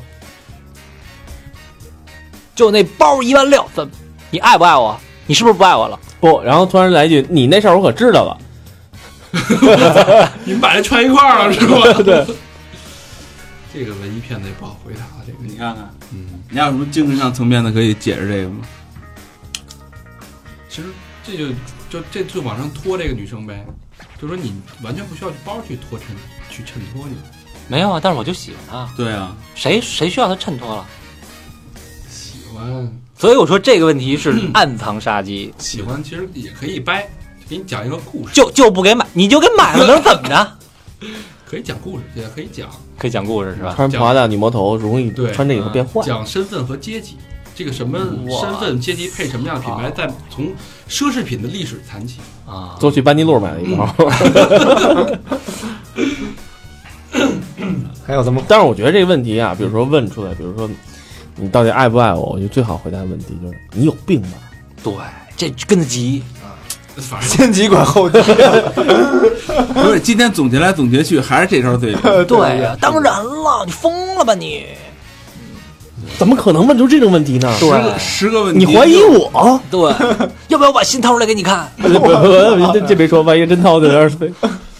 Speaker 2: 就那包一万六，怎么你爱不爱我？你是不是不爱我了？
Speaker 3: 不，然后突然来一句，你那事儿我可知道了。
Speaker 5: 你们把这串一块儿了是 吧？对。这个文艺片子也不好回答了，这
Speaker 6: 你
Speaker 5: 个
Speaker 6: 看看，
Speaker 5: 嗯，
Speaker 6: 你还有什么精神上层面的可以解释这个吗？
Speaker 5: 其实这就就这就往上拖这个女生呗，就说你完全不需要包去拖衬去衬托你，
Speaker 2: 没有啊，但是我就喜欢他，
Speaker 6: 对啊，
Speaker 2: 谁谁需要他衬托了？
Speaker 5: 喜欢
Speaker 2: 所以我说这个问题是暗藏杀机，
Speaker 5: 喜欢其实也可以掰，给你讲一个故事，
Speaker 2: 就就不给买，你就给买了能怎么着？
Speaker 5: 可以讲故事，也可以讲
Speaker 2: 可以讲故事是吧？
Speaker 3: 穿普拉达女魔头容易
Speaker 5: 对
Speaker 3: 穿这以后变坏。
Speaker 5: 讲身份和阶级。这个什么
Speaker 2: 哇
Speaker 5: 身份阶级配什么样的品牌，再从奢侈品的历史谈起。
Speaker 2: 啊，
Speaker 3: 都去班尼路买了一包，
Speaker 4: 还有咱们
Speaker 3: 但是我觉得这个问题啊，比如说问出来，比如说你到底爱不爱我，我觉得最好回答的问题就是你有病吧？
Speaker 2: 对，这跟得急，
Speaker 5: 反正
Speaker 4: 先急管后 急，
Speaker 6: 不是，今天总结来总结去还是这招最灵。
Speaker 2: 对
Speaker 4: 啊
Speaker 2: 呀，当然了，你疯了吧你？
Speaker 3: 怎么可能问出这种问题呢？
Speaker 6: 十
Speaker 2: 啊
Speaker 6: 个十个问题，
Speaker 3: 你怀疑我？
Speaker 2: 对，要不要我把心掏出来给你看？
Speaker 3: 不不不，这这别说，万一真掏在那儿，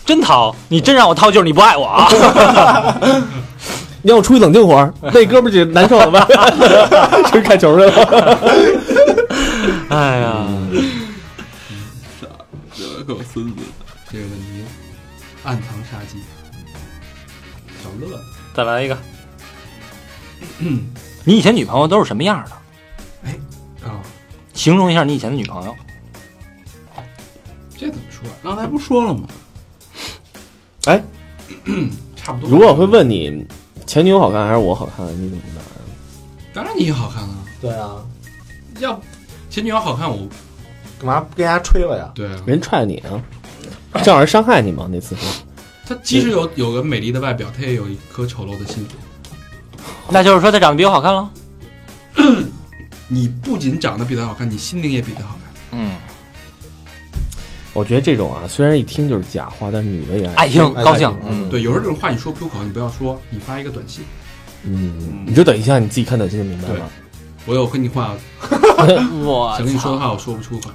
Speaker 2: 真掏，你真让我掏，就是你不爱我 啊！
Speaker 3: 你让我出去冷静会儿，那哥们儿就难受了吧？ 去看球去了。
Speaker 2: 哎呀，
Speaker 6: 这狗孙子，
Speaker 5: 这个问题暗藏杀机，小乐呢？
Speaker 2: 再来一个。你以前女朋友都是什么样的？
Speaker 5: 啊，
Speaker 2: 形容一下你以前的女朋友。
Speaker 5: 这怎么说啊？
Speaker 6: 刚才不说了吗？
Speaker 3: 哎，
Speaker 5: 差不多。
Speaker 3: 如果会问你前女友好看还是我好看，你怎么答？
Speaker 5: 当然你也好看啊，
Speaker 4: 对啊，
Speaker 5: 要前女友好看我
Speaker 4: 干嘛不跟人家吹了呀？
Speaker 5: 对啊，
Speaker 3: 人踹你啊，正好是伤害你嘛？那次是
Speaker 5: 她即使有有个美丽的外表，她也有一颗丑陋的心。
Speaker 2: 那就是说她长得比我好看了。
Speaker 5: 你不仅长得比她好看，你心灵也比她好看。
Speaker 2: 嗯，
Speaker 3: 我觉得这种啊，虽然一听就是假话，但是女的也爱。
Speaker 2: 爱听
Speaker 4: 哎
Speaker 2: 高兴，
Speaker 4: 嗯，
Speaker 5: 对，有时候这种话你说不出口，你不要说，你发一个短信。
Speaker 3: 嗯，你就等一下，你自己看短信就明白了。
Speaker 5: 我有跟你话
Speaker 2: 我
Speaker 5: 想哎跟你说的话，我说不出口。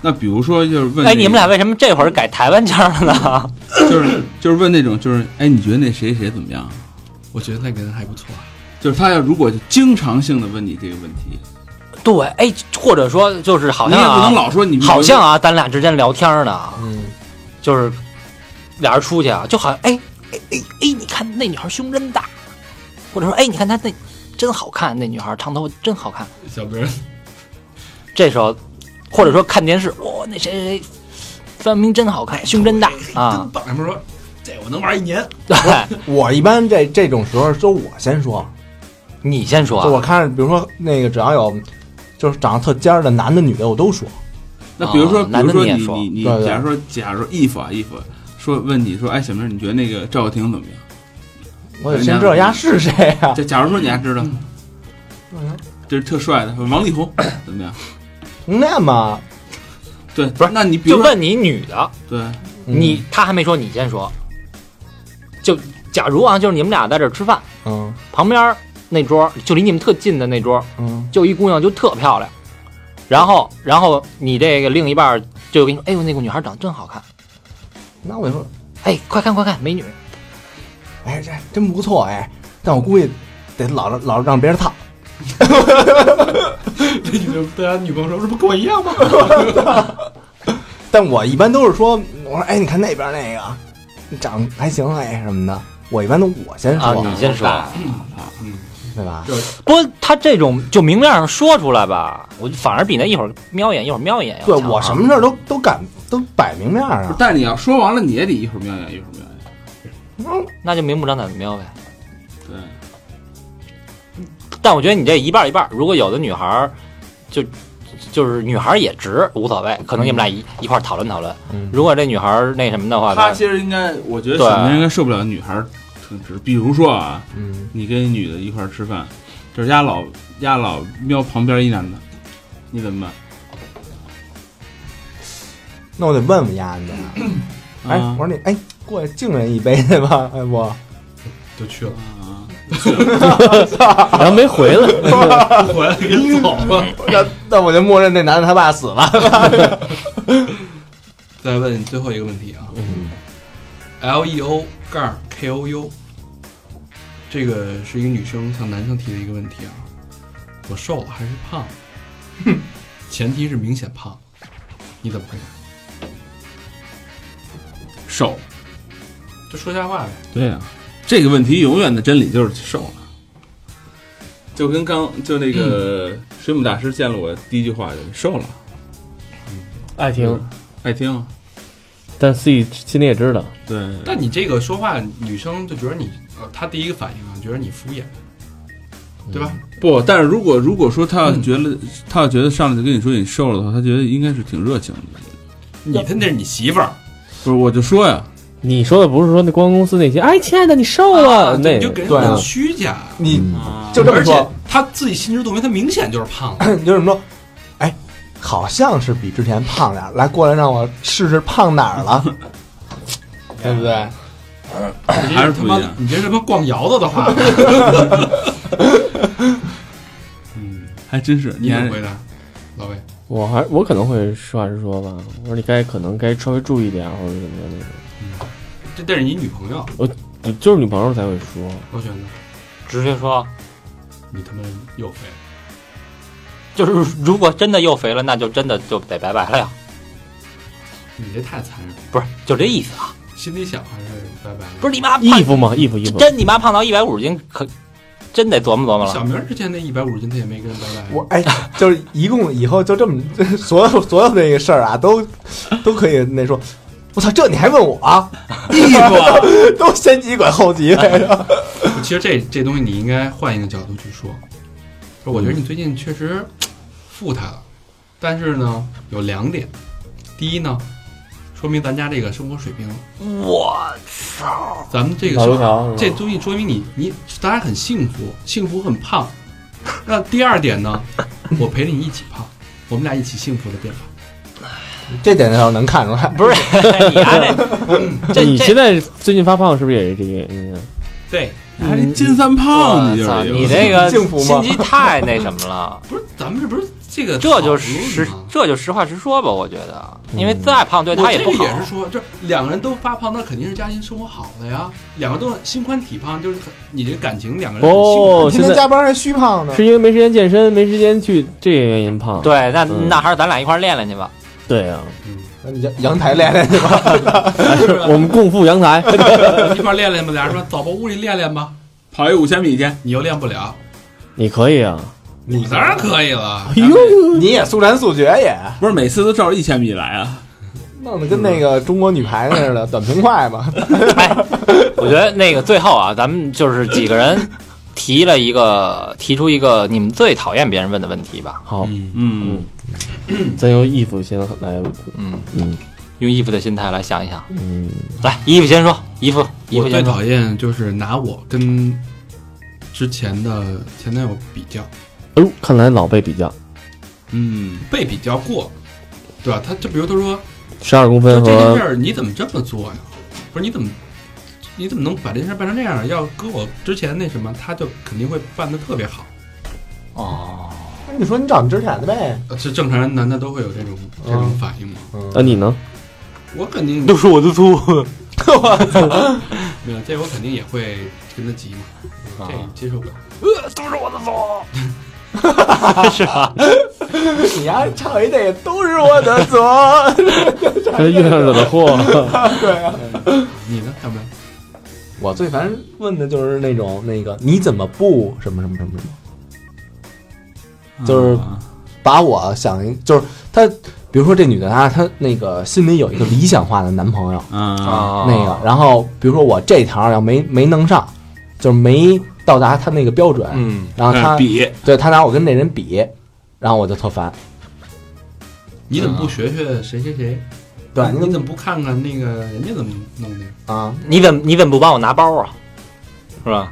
Speaker 6: 那比如说就是问，
Speaker 2: 哎，你们俩为什么这会儿改台湾腔了呢？
Speaker 6: 就是就是问那种就是，哎，你觉得那谁谁怎么样？
Speaker 5: 我觉得那个人还不错啊，
Speaker 6: 就是他要如果经常性的问你这个问题，
Speaker 2: 对，哎，或者说就是好
Speaker 6: 你
Speaker 2: 像
Speaker 6: 也不能
Speaker 2: 啊，
Speaker 6: 老说你
Speaker 2: 好像啊，咱俩之间聊天呢啊，
Speaker 4: 嗯，
Speaker 2: 就是俩人出去啊，就好像哎哎哎哎，你看那女孩胸真大，或者说哎，你看她那真好看，那女孩长头发真好看。
Speaker 5: 小兵儿
Speaker 2: 这时候，或者说看电视，哇、那谁谁谁范冰冰真好看，胸真大 啊
Speaker 5: 真！棒！他们说这我能玩一年，
Speaker 2: 对，
Speaker 4: 我一般这这种时候都我先说，
Speaker 2: 你先说
Speaker 4: 就我
Speaker 2: 啊，
Speaker 4: 看着，比如说那个只要有就是长得特尖儿的男的女的，我都说。
Speaker 6: 那比如说，
Speaker 2: 啊
Speaker 6: 比
Speaker 2: 男
Speaker 6: 如
Speaker 2: 的
Speaker 6: 说
Speaker 2: 你也
Speaker 6: 你
Speaker 2: 说
Speaker 6: 你你，
Speaker 4: 对对
Speaker 6: 假如说假如说 if 啊 if，说问你说，哎，小明，你觉得那个赵又廷怎么样？
Speaker 4: 我得先知道丫是谁啊呀、
Speaker 6: 就假如说你还知道，
Speaker 5: 嗯
Speaker 6: 就是特帅的王力宏怎么样？
Speaker 4: 那么
Speaker 6: 对，不是，那你比
Speaker 2: 就
Speaker 6: 如说
Speaker 2: 问你女的，
Speaker 6: 对，
Speaker 4: 嗯
Speaker 2: 你他还没说，你先说。就假如啊，就是你们俩在这儿吃饭，
Speaker 4: 嗯
Speaker 2: 旁边那桌就离你们特近的那桌，
Speaker 4: 嗯
Speaker 2: 就一姑娘就特漂亮，然后然后你这个另一半儿就跟你说，哎呦那个女孩长得真好看，
Speaker 4: 那我就说，
Speaker 2: 哎快看快看美女，
Speaker 4: 哎，这真不错哎，但我估计得老老让别人烫。
Speaker 5: 这女的对他女朋友说这不跟我一样吗？
Speaker 4: 但我一般都是说，我说哎，你看那边那个，你长得还行哎什么的，我一般都我先说，
Speaker 2: 啊你先说，
Speaker 4: 对吧？
Speaker 2: 不过他这种就明面上说出来吧，我就反而比那一会儿瞄一眼一会儿瞄一眼要
Speaker 4: 对
Speaker 2: 强啊
Speaker 4: 我什么事儿都都敢都摆明面儿
Speaker 6: 不是
Speaker 4: 啊，
Speaker 6: 但你要说完了，你也得一会儿瞄一眼，一会儿瞄一眼。
Speaker 4: 嗯
Speaker 2: 那就明目张胆的瞄呗。
Speaker 6: 对，
Speaker 2: 但我觉得你这一半儿一半儿，如果有的女孩儿就就是女孩儿也直无所谓，可能你们俩一、一块儿讨论讨论。
Speaker 4: 嗯
Speaker 2: 如果这女孩儿那什么的话，
Speaker 6: 他
Speaker 2: 咱
Speaker 6: 其实应该，我觉得
Speaker 2: 对
Speaker 6: 小明应该受不了女孩儿特直。比如说啊，
Speaker 4: 嗯，
Speaker 6: 你跟一女的一块儿吃饭，就是丫老丫老瞄旁边一男的，你怎么
Speaker 4: 那我得问问丫子，
Speaker 6: 办？
Speaker 4: 哎，
Speaker 6: 啊
Speaker 4: 我说你哎，过来敬人一杯对吧？哎不，
Speaker 5: 就去了，
Speaker 6: 啊，
Speaker 3: 然后没回来，
Speaker 5: 不回来给走了。
Speaker 4: 那那我就默认那男的他爸死了。
Speaker 5: 再问最后一个问题啊，L E O 杠 K O U，这个是一个女生向男生提的一个问题啊，我瘦了还是胖了？前提是明显胖，你怎么回答？
Speaker 6: 瘦。
Speaker 5: 就说瞎话呗。
Speaker 6: 对呀、这个问题永远的真理就是瘦了，就跟刚就那个水母大师见了我第一句话就是瘦了，
Speaker 3: 爱听，
Speaker 6: 爱听啊。
Speaker 3: 但自己心里也知道，
Speaker 6: 对，
Speaker 5: 但你这个说话，女生就觉得你，呃，她第一个反应啊，觉得你敷衍，对吧？
Speaker 6: 不，但是如果如果说他要觉得、他要觉得上来就跟你说你瘦了的话，他觉得应该是挺热情的。
Speaker 5: 你他那是你媳妇儿，
Speaker 6: 不是，我就说呀，
Speaker 3: 你说的不是说那光公司那些，哎，亲爱的，你瘦了，
Speaker 5: 对
Speaker 3: 那
Speaker 5: 你就给人
Speaker 4: 对啊
Speaker 5: 很虚假。
Speaker 4: 你
Speaker 6: 啊
Speaker 4: 就这么
Speaker 5: 而且
Speaker 4: 说，
Speaker 5: 她自己心知肚明，她明显就是胖了。
Speaker 4: 你就这么说，哎，好像是比之前胖点儿，来过来让我试试胖哪儿 了，对不对？
Speaker 5: 你这
Speaker 6: 还是
Speaker 5: 他
Speaker 6: 不一
Speaker 5: 妈
Speaker 6: 样，
Speaker 5: 你这是他妈逛窑子的话，
Speaker 6: 还真是，
Speaker 5: 你
Speaker 6: 你
Speaker 5: 怎
Speaker 6: 还
Speaker 5: 么回答？老魏，
Speaker 3: 我还我可能会实话实说吧，我说你该可能该稍微注意点或者怎么样那种，
Speaker 5: 这但是你女朋友，
Speaker 3: 呃就是女朋友才会说，
Speaker 5: 我选择
Speaker 2: 直接说，
Speaker 5: 你他妈又肥了。
Speaker 2: 就是如果真的又肥了，那就真的就得拜拜了呀。
Speaker 5: 你这太残忍，了，
Speaker 2: 不是，就这意思啊，
Speaker 5: 心里想还是拜拜。
Speaker 2: 不是你妈
Speaker 3: 衣
Speaker 2: 胖，
Speaker 3: 服嘛，衣服衣服，
Speaker 2: 真你妈胖到一百五十斤，可真得琢磨琢磨
Speaker 5: 小
Speaker 2: 了。
Speaker 5: 明之前那一百五十斤，他也没跟人拜拜。
Speaker 4: 我哎，就是一共以后就这么 所有所有这个事儿啊， 都都可以那说。我操，这你还问我、啊？
Speaker 6: 衣服，
Speaker 4: 都先急管后急呗。
Speaker 5: 其实这这东西你应该换一个角度去说，说我觉得
Speaker 2: 嗯
Speaker 5: 你最近确实富态了，但是呢有两点，第一呢，说明咱家这个生活水平，
Speaker 2: 我
Speaker 5: 咱们这个
Speaker 3: 老油
Speaker 5: 生活
Speaker 3: 条
Speaker 2: 嗯
Speaker 3: 是吧
Speaker 5: 这东西说明你你大家很幸福，幸福很胖。那第二点呢，我陪着你一起胖，我们俩一起幸福的变胖。
Speaker 4: 这点上能看出来，
Speaker 2: 不是 你丫这这
Speaker 3: 你
Speaker 2: 这
Speaker 3: 现在最近发胖是不是也是这个原因啊？
Speaker 5: 对，
Speaker 6: 你还是金三胖，你就
Speaker 2: 我操
Speaker 6: 是
Speaker 2: 你这个
Speaker 4: 幸福
Speaker 2: 心
Speaker 4: 吗
Speaker 2: 机太那什么了。
Speaker 5: 不是咱们这不是这个
Speaker 2: 这就
Speaker 5: 讨论
Speaker 2: 是
Speaker 5: 嘛
Speaker 2: 这就实话实说吧，我觉得，因为
Speaker 3: 嗯
Speaker 2: 再胖对他
Speaker 5: 我
Speaker 2: 也
Speaker 5: 这
Speaker 2: 不好。
Speaker 5: 个也是说，就是两个人都发胖，那肯定是家庭生活好的呀。两个都心宽体胖，就是很你这感情两个人很幸福。
Speaker 3: 哦，
Speaker 4: 天
Speaker 3: 现
Speaker 4: 天
Speaker 3: 在
Speaker 4: 加班还虚胖呢。
Speaker 3: 是因为没时间健身，没时间去这个原因胖。
Speaker 2: 对，那、
Speaker 3: 嗯
Speaker 2: 那还是咱俩一块儿练练去吧。
Speaker 3: 对啊呀，
Speaker 4: 阳阳台练练去吧，
Speaker 2: 哎
Speaker 3: 我们共赴阳台。
Speaker 5: 一块儿练练吧，俩人说走吧，屋里练练吧。
Speaker 6: 跑一五千米去，
Speaker 5: 你又练 不了，
Speaker 3: 你可以啊，
Speaker 4: 你
Speaker 5: 我当然可以了。
Speaker 3: 哎呦，
Speaker 4: 你也速战速决也，
Speaker 6: 不是每次都照着一千米来啊？
Speaker 4: 弄得跟那个中国女排那 似的，短平快嘛。
Speaker 2: 哎我觉得那个最后啊，咱们就是几个人提了一个 提出一个你们最讨厌别人问的问题吧。
Speaker 3: 好，
Speaker 5: 嗯，
Speaker 6: 嗯，
Speaker 3: 咱由衣服先来，
Speaker 2: 嗯
Speaker 3: 嗯，
Speaker 2: 用衣服的心态来想一想。
Speaker 3: 嗯，
Speaker 2: 来，衣服先说，衣服衣
Speaker 5: 我
Speaker 2: 服
Speaker 5: 最
Speaker 2: 先说。
Speaker 5: 讨厌就是拿我跟之前的前男友比较，
Speaker 3: 哎呦，看来老被比较，
Speaker 6: 嗯，
Speaker 5: 被比较过，对吧？他就比如他说，
Speaker 3: 十二公
Speaker 5: 就
Speaker 3: 分
Speaker 5: 这件
Speaker 3: 和
Speaker 5: 事儿你怎么这么做呀？不是你怎么你怎么能把这事儿办成这样？要搁我之前那什么，他就肯定会办的特别好。
Speaker 2: 哦，
Speaker 4: 你说你找你之前的呗，
Speaker 5: 呃是正常人男的都会有这种这种反应吗？
Speaker 3: 啊，你呢？
Speaker 5: 我肯定
Speaker 2: 是哦我的错。
Speaker 5: 没有，这我肯定也会跟他急嘛，
Speaker 2: 啊
Speaker 5: 这个接受不了。
Speaker 4: 你丫唱一这都是我的错。
Speaker 3: 这是遇上惹的祸，
Speaker 5: 你呢，大不了
Speaker 4: 我最烦问的就是那种那个你怎么不什么什么什么什么，就是把我想一就是她，比如说这女的她她那个心里有一个理想化的男朋友，
Speaker 6: 啊，
Speaker 2: 啊，
Speaker 4: 那个，然后比如说我这条要没没弄上，就是没到达她那个标准，
Speaker 2: 嗯，
Speaker 4: 然后她
Speaker 6: 比
Speaker 4: 对她拿我跟那人比，然后我就特烦。
Speaker 5: 你怎么不
Speaker 2: 啊
Speaker 5: 学学谁谁谁？
Speaker 4: 对，
Speaker 5: 哎你
Speaker 4: 哎你
Speaker 5: 怎么不看看那个人家怎么弄的？
Speaker 4: 啊？
Speaker 2: 你怎么你怎么不帮我拿包啊？是吧？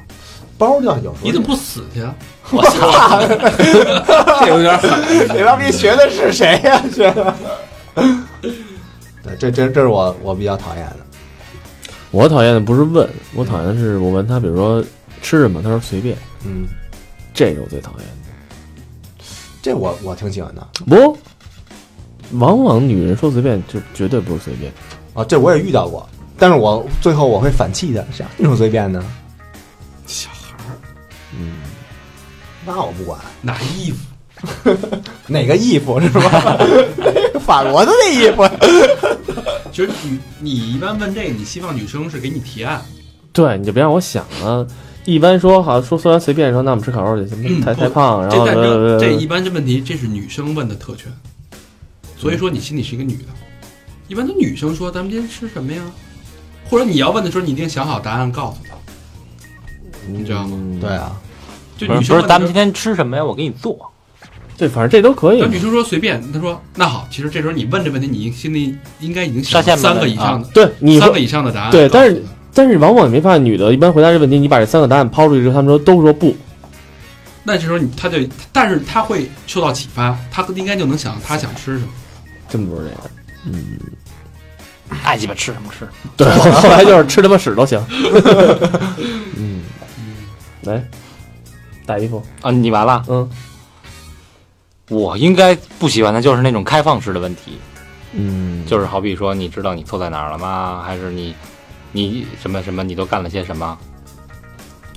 Speaker 4: 包就有时候
Speaker 5: 你怎么不死去啊？
Speaker 2: 我操！
Speaker 6: 这有点狠，
Speaker 4: 你妈逼学的是谁呀、学的？ 对，这这这是我我比较讨厌的。
Speaker 3: 我讨厌的不是问，我讨厌的是我问他，比如说吃什么，他说随便，
Speaker 4: 嗯，
Speaker 3: 这是我最讨厌的。
Speaker 4: 这我我挺喜欢的。
Speaker 3: 不，往往女人说随便，就绝对不是随便。
Speaker 4: 啊，这我也遇到过，但是我最后我会反气的，谁让你说随便呢？
Speaker 5: 小孩儿
Speaker 3: 嗯，
Speaker 4: 那我不管，
Speaker 5: 拿衣服，
Speaker 4: 哪个衣服是吧？ 法国的那衣服，
Speaker 5: 其实你你一般问这个，你希望女生是给你提案，
Speaker 3: 对，你就别让我想了。一般说好说虽然随便说，那我们吃烤肉去，行
Speaker 5: 嗯
Speaker 3: 吗？太
Speaker 5: 不
Speaker 3: 太胖，然
Speaker 5: 这
Speaker 3: 后
Speaker 5: 但
Speaker 3: 呃
Speaker 5: 这这一般这问题，这是女生问的特权，所以说你心里是一个女的，一般都女生说咱们今天吃什么呀？或者你要问的时候，你一定想好答案告诉她，你知道吗？
Speaker 4: 对啊，
Speaker 5: 就
Speaker 2: 嗯不
Speaker 5: 女
Speaker 2: 是不
Speaker 5: 生
Speaker 2: 是，
Speaker 5: 问
Speaker 2: 咱
Speaker 5: 的时
Speaker 2: 们
Speaker 5: 候
Speaker 2: 今天吃什么呀？我给你做。
Speaker 3: 这反正这都可以
Speaker 5: 然后。女生说随便，她说那好，其实这时候你问这问题，你心里应该已经
Speaker 2: 上
Speaker 5: 想
Speaker 2: 线
Speaker 5: 好
Speaker 2: 吧啊
Speaker 5: 三个以上的、
Speaker 3: 对，你
Speaker 5: 三
Speaker 3: 说
Speaker 5: 个以上的答案告诉
Speaker 3: 对
Speaker 5: 她。
Speaker 3: 但是但是往往你没发现，女的一般回答这问题，你把这三个答案抛出去之后，她们说都说不。
Speaker 5: 那这时候你她就，但是她会受到启发，她应该就能想到她想吃什么。
Speaker 3: 真不是这样。
Speaker 2: 爱鸡巴吃什么吃？
Speaker 3: 对，后来就是吃他妈屎都行。 嗯，来，大衣服，
Speaker 2: 啊，你完了。
Speaker 3: 嗯
Speaker 2: 我应该不喜欢的就是那种开放式的问题，
Speaker 3: 嗯，
Speaker 2: 就是好比说，你知道你错在哪儿了吗？还是你你什么什么你都干了些什么？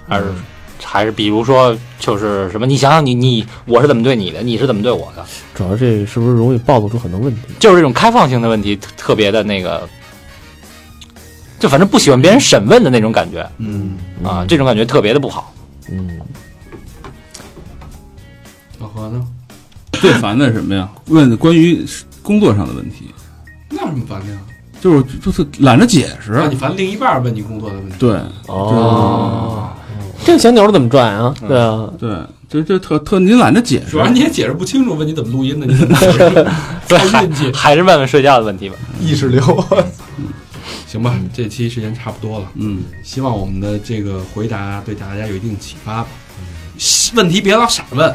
Speaker 2: 还是、还是比如说就是什么？你想想你你我是怎么对你的，你是怎么对我的？
Speaker 3: 主要这是不是容易暴露出很多问题？
Speaker 2: 就是这种开放性的问题，特特别的那个，就反正不喜欢别人审问的那种感觉
Speaker 5: 嗯，
Speaker 2: 啊，这种感觉特别的不好。
Speaker 3: 嗯，
Speaker 5: 老何呢？
Speaker 6: 最烦的是什么呀？问关于工作上的问题，
Speaker 5: 那有什么烦的呀？
Speaker 6: 就是我就是懒得解释。
Speaker 5: 让你烦另一半儿问你工作的问题。
Speaker 6: 对
Speaker 3: 哦，这个小鸟怎么转啊？对啊，
Speaker 6: 对，就就特特，你懒得解释
Speaker 5: 主要。你也解释不清楚，问你怎么录音的， 你怎么解释？
Speaker 2: 对，
Speaker 5: 太
Speaker 2: 还
Speaker 5: 运气。
Speaker 2: 还是问问睡觉的问题吧。
Speaker 4: 意识流。
Speaker 2: 哎
Speaker 5: 行吧，这期时间差不多了，
Speaker 6: 嗯，
Speaker 5: 希望我们的这个回答对大家有一定启发吧。问题别老傻问，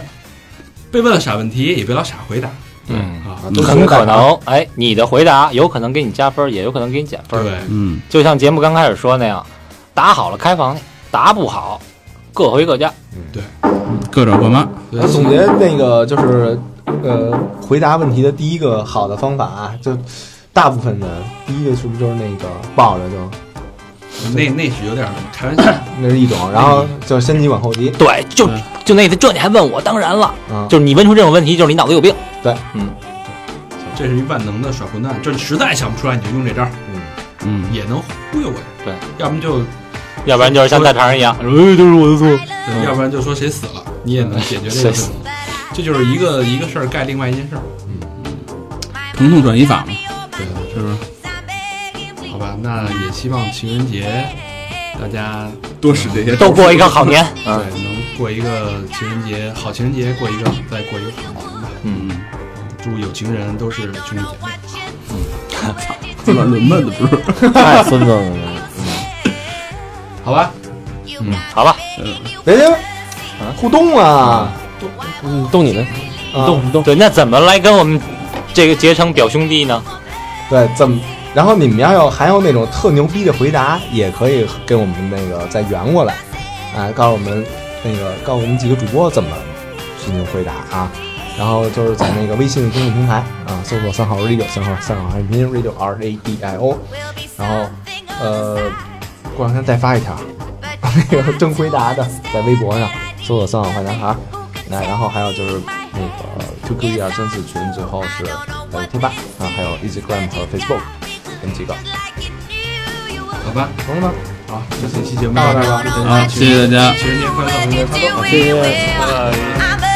Speaker 5: 被问了傻问题也别老傻回答
Speaker 2: 嗯。
Speaker 5: 啊。
Speaker 4: 都
Speaker 2: 很可能，哎，你的回答有可能给你加分，也有可能给你减分。
Speaker 5: 对，
Speaker 6: 嗯，
Speaker 2: 就像节目刚开始说那样，打好了开房去，打不好各回各家。
Speaker 6: 各找各妈。
Speaker 5: 对
Speaker 4: 啊我总结那个就是呃，回答问题的第一个好的方法啊，就大部分的第一个是不是就是那个抱着就
Speaker 5: 那那是有点开玩笑，
Speaker 4: 那是一种，然后就先急往后急，
Speaker 2: 对，就
Speaker 5: 嗯
Speaker 2: 就那这你还问我，当然了，
Speaker 4: 嗯，
Speaker 2: 就是你问出这种问题，就是你脑子有病。
Speaker 5: 这是一万能的耍混蛋，就是你实在想不出来你就用这招，
Speaker 6: 嗯，
Speaker 5: 也能忽悠我呀。
Speaker 2: 对，
Speaker 5: 要么就
Speaker 2: 要不然就是像大肠一样，
Speaker 3: 哎，都是我的错。
Speaker 5: 对要不然就说谁死了，你也能解决这
Speaker 2: 谁
Speaker 5: 个问题。这就是一个一个事儿盖另外一件事儿，
Speaker 6: 疼痛转移法嘛，
Speaker 5: 对吧？
Speaker 6: 是不是？
Speaker 5: 好吧，那也希望情人节大家
Speaker 6: 多使这些
Speaker 2: 都过一个好年。
Speaker 6: 啊
Speaker 2: 嗯
Speaker 5: 对能过一个情人节，好情人节过一个，再过一个好年吧。
Speaker 2: 嗯，
Speaker 6: 嗯，
Speaker 5: 祝有情人都是兄弟姐妹。
Speaker 6: 自个儿轮吧，这不是？
Speaker 3: 太孙子了！
Speaker 5: 好吧，
Speaker 2: 好吧，
Speaker 4: 人家互动啊，
Speaker 3: 嗯，动你的，
Speaker 4: 啊
Speaker 3: 动你动。
Speaker 2: 对，那怎么来跟我们这个结成表兄弟呢？
Speaker 4: 对，怎么？然后你们要有还有那种特牛逼的回答，也可以给我们那个再圆过来，啊，告诉我们那个告诉我们几个主播怎么进行回答啊。然后就是在那个微信公众平台啊，搜索三好 radio 三号三好汉语拼音 radio r a d i o，然后呃，过两天再发一条 那个征回答的，在微博上搜索三好坏啊男孩儿。那然后还有就是那个 QQ 一二三四群，最后是还有贴吧啊，还有 Instagram 和 Facebook 这么几个，
Speaker 5: 好吧，
Speaker 4: 懂了吗？
Speaker 5: 好，那这期节目
Speaker 4: 到这儿吧
Speaker 5: 就这样
Speaker 6: 好，谢谢大家。
Speaker 5: 情人节快乐，红包发多。
Speaker 3: 谢谢。
Speaker 7: I'm a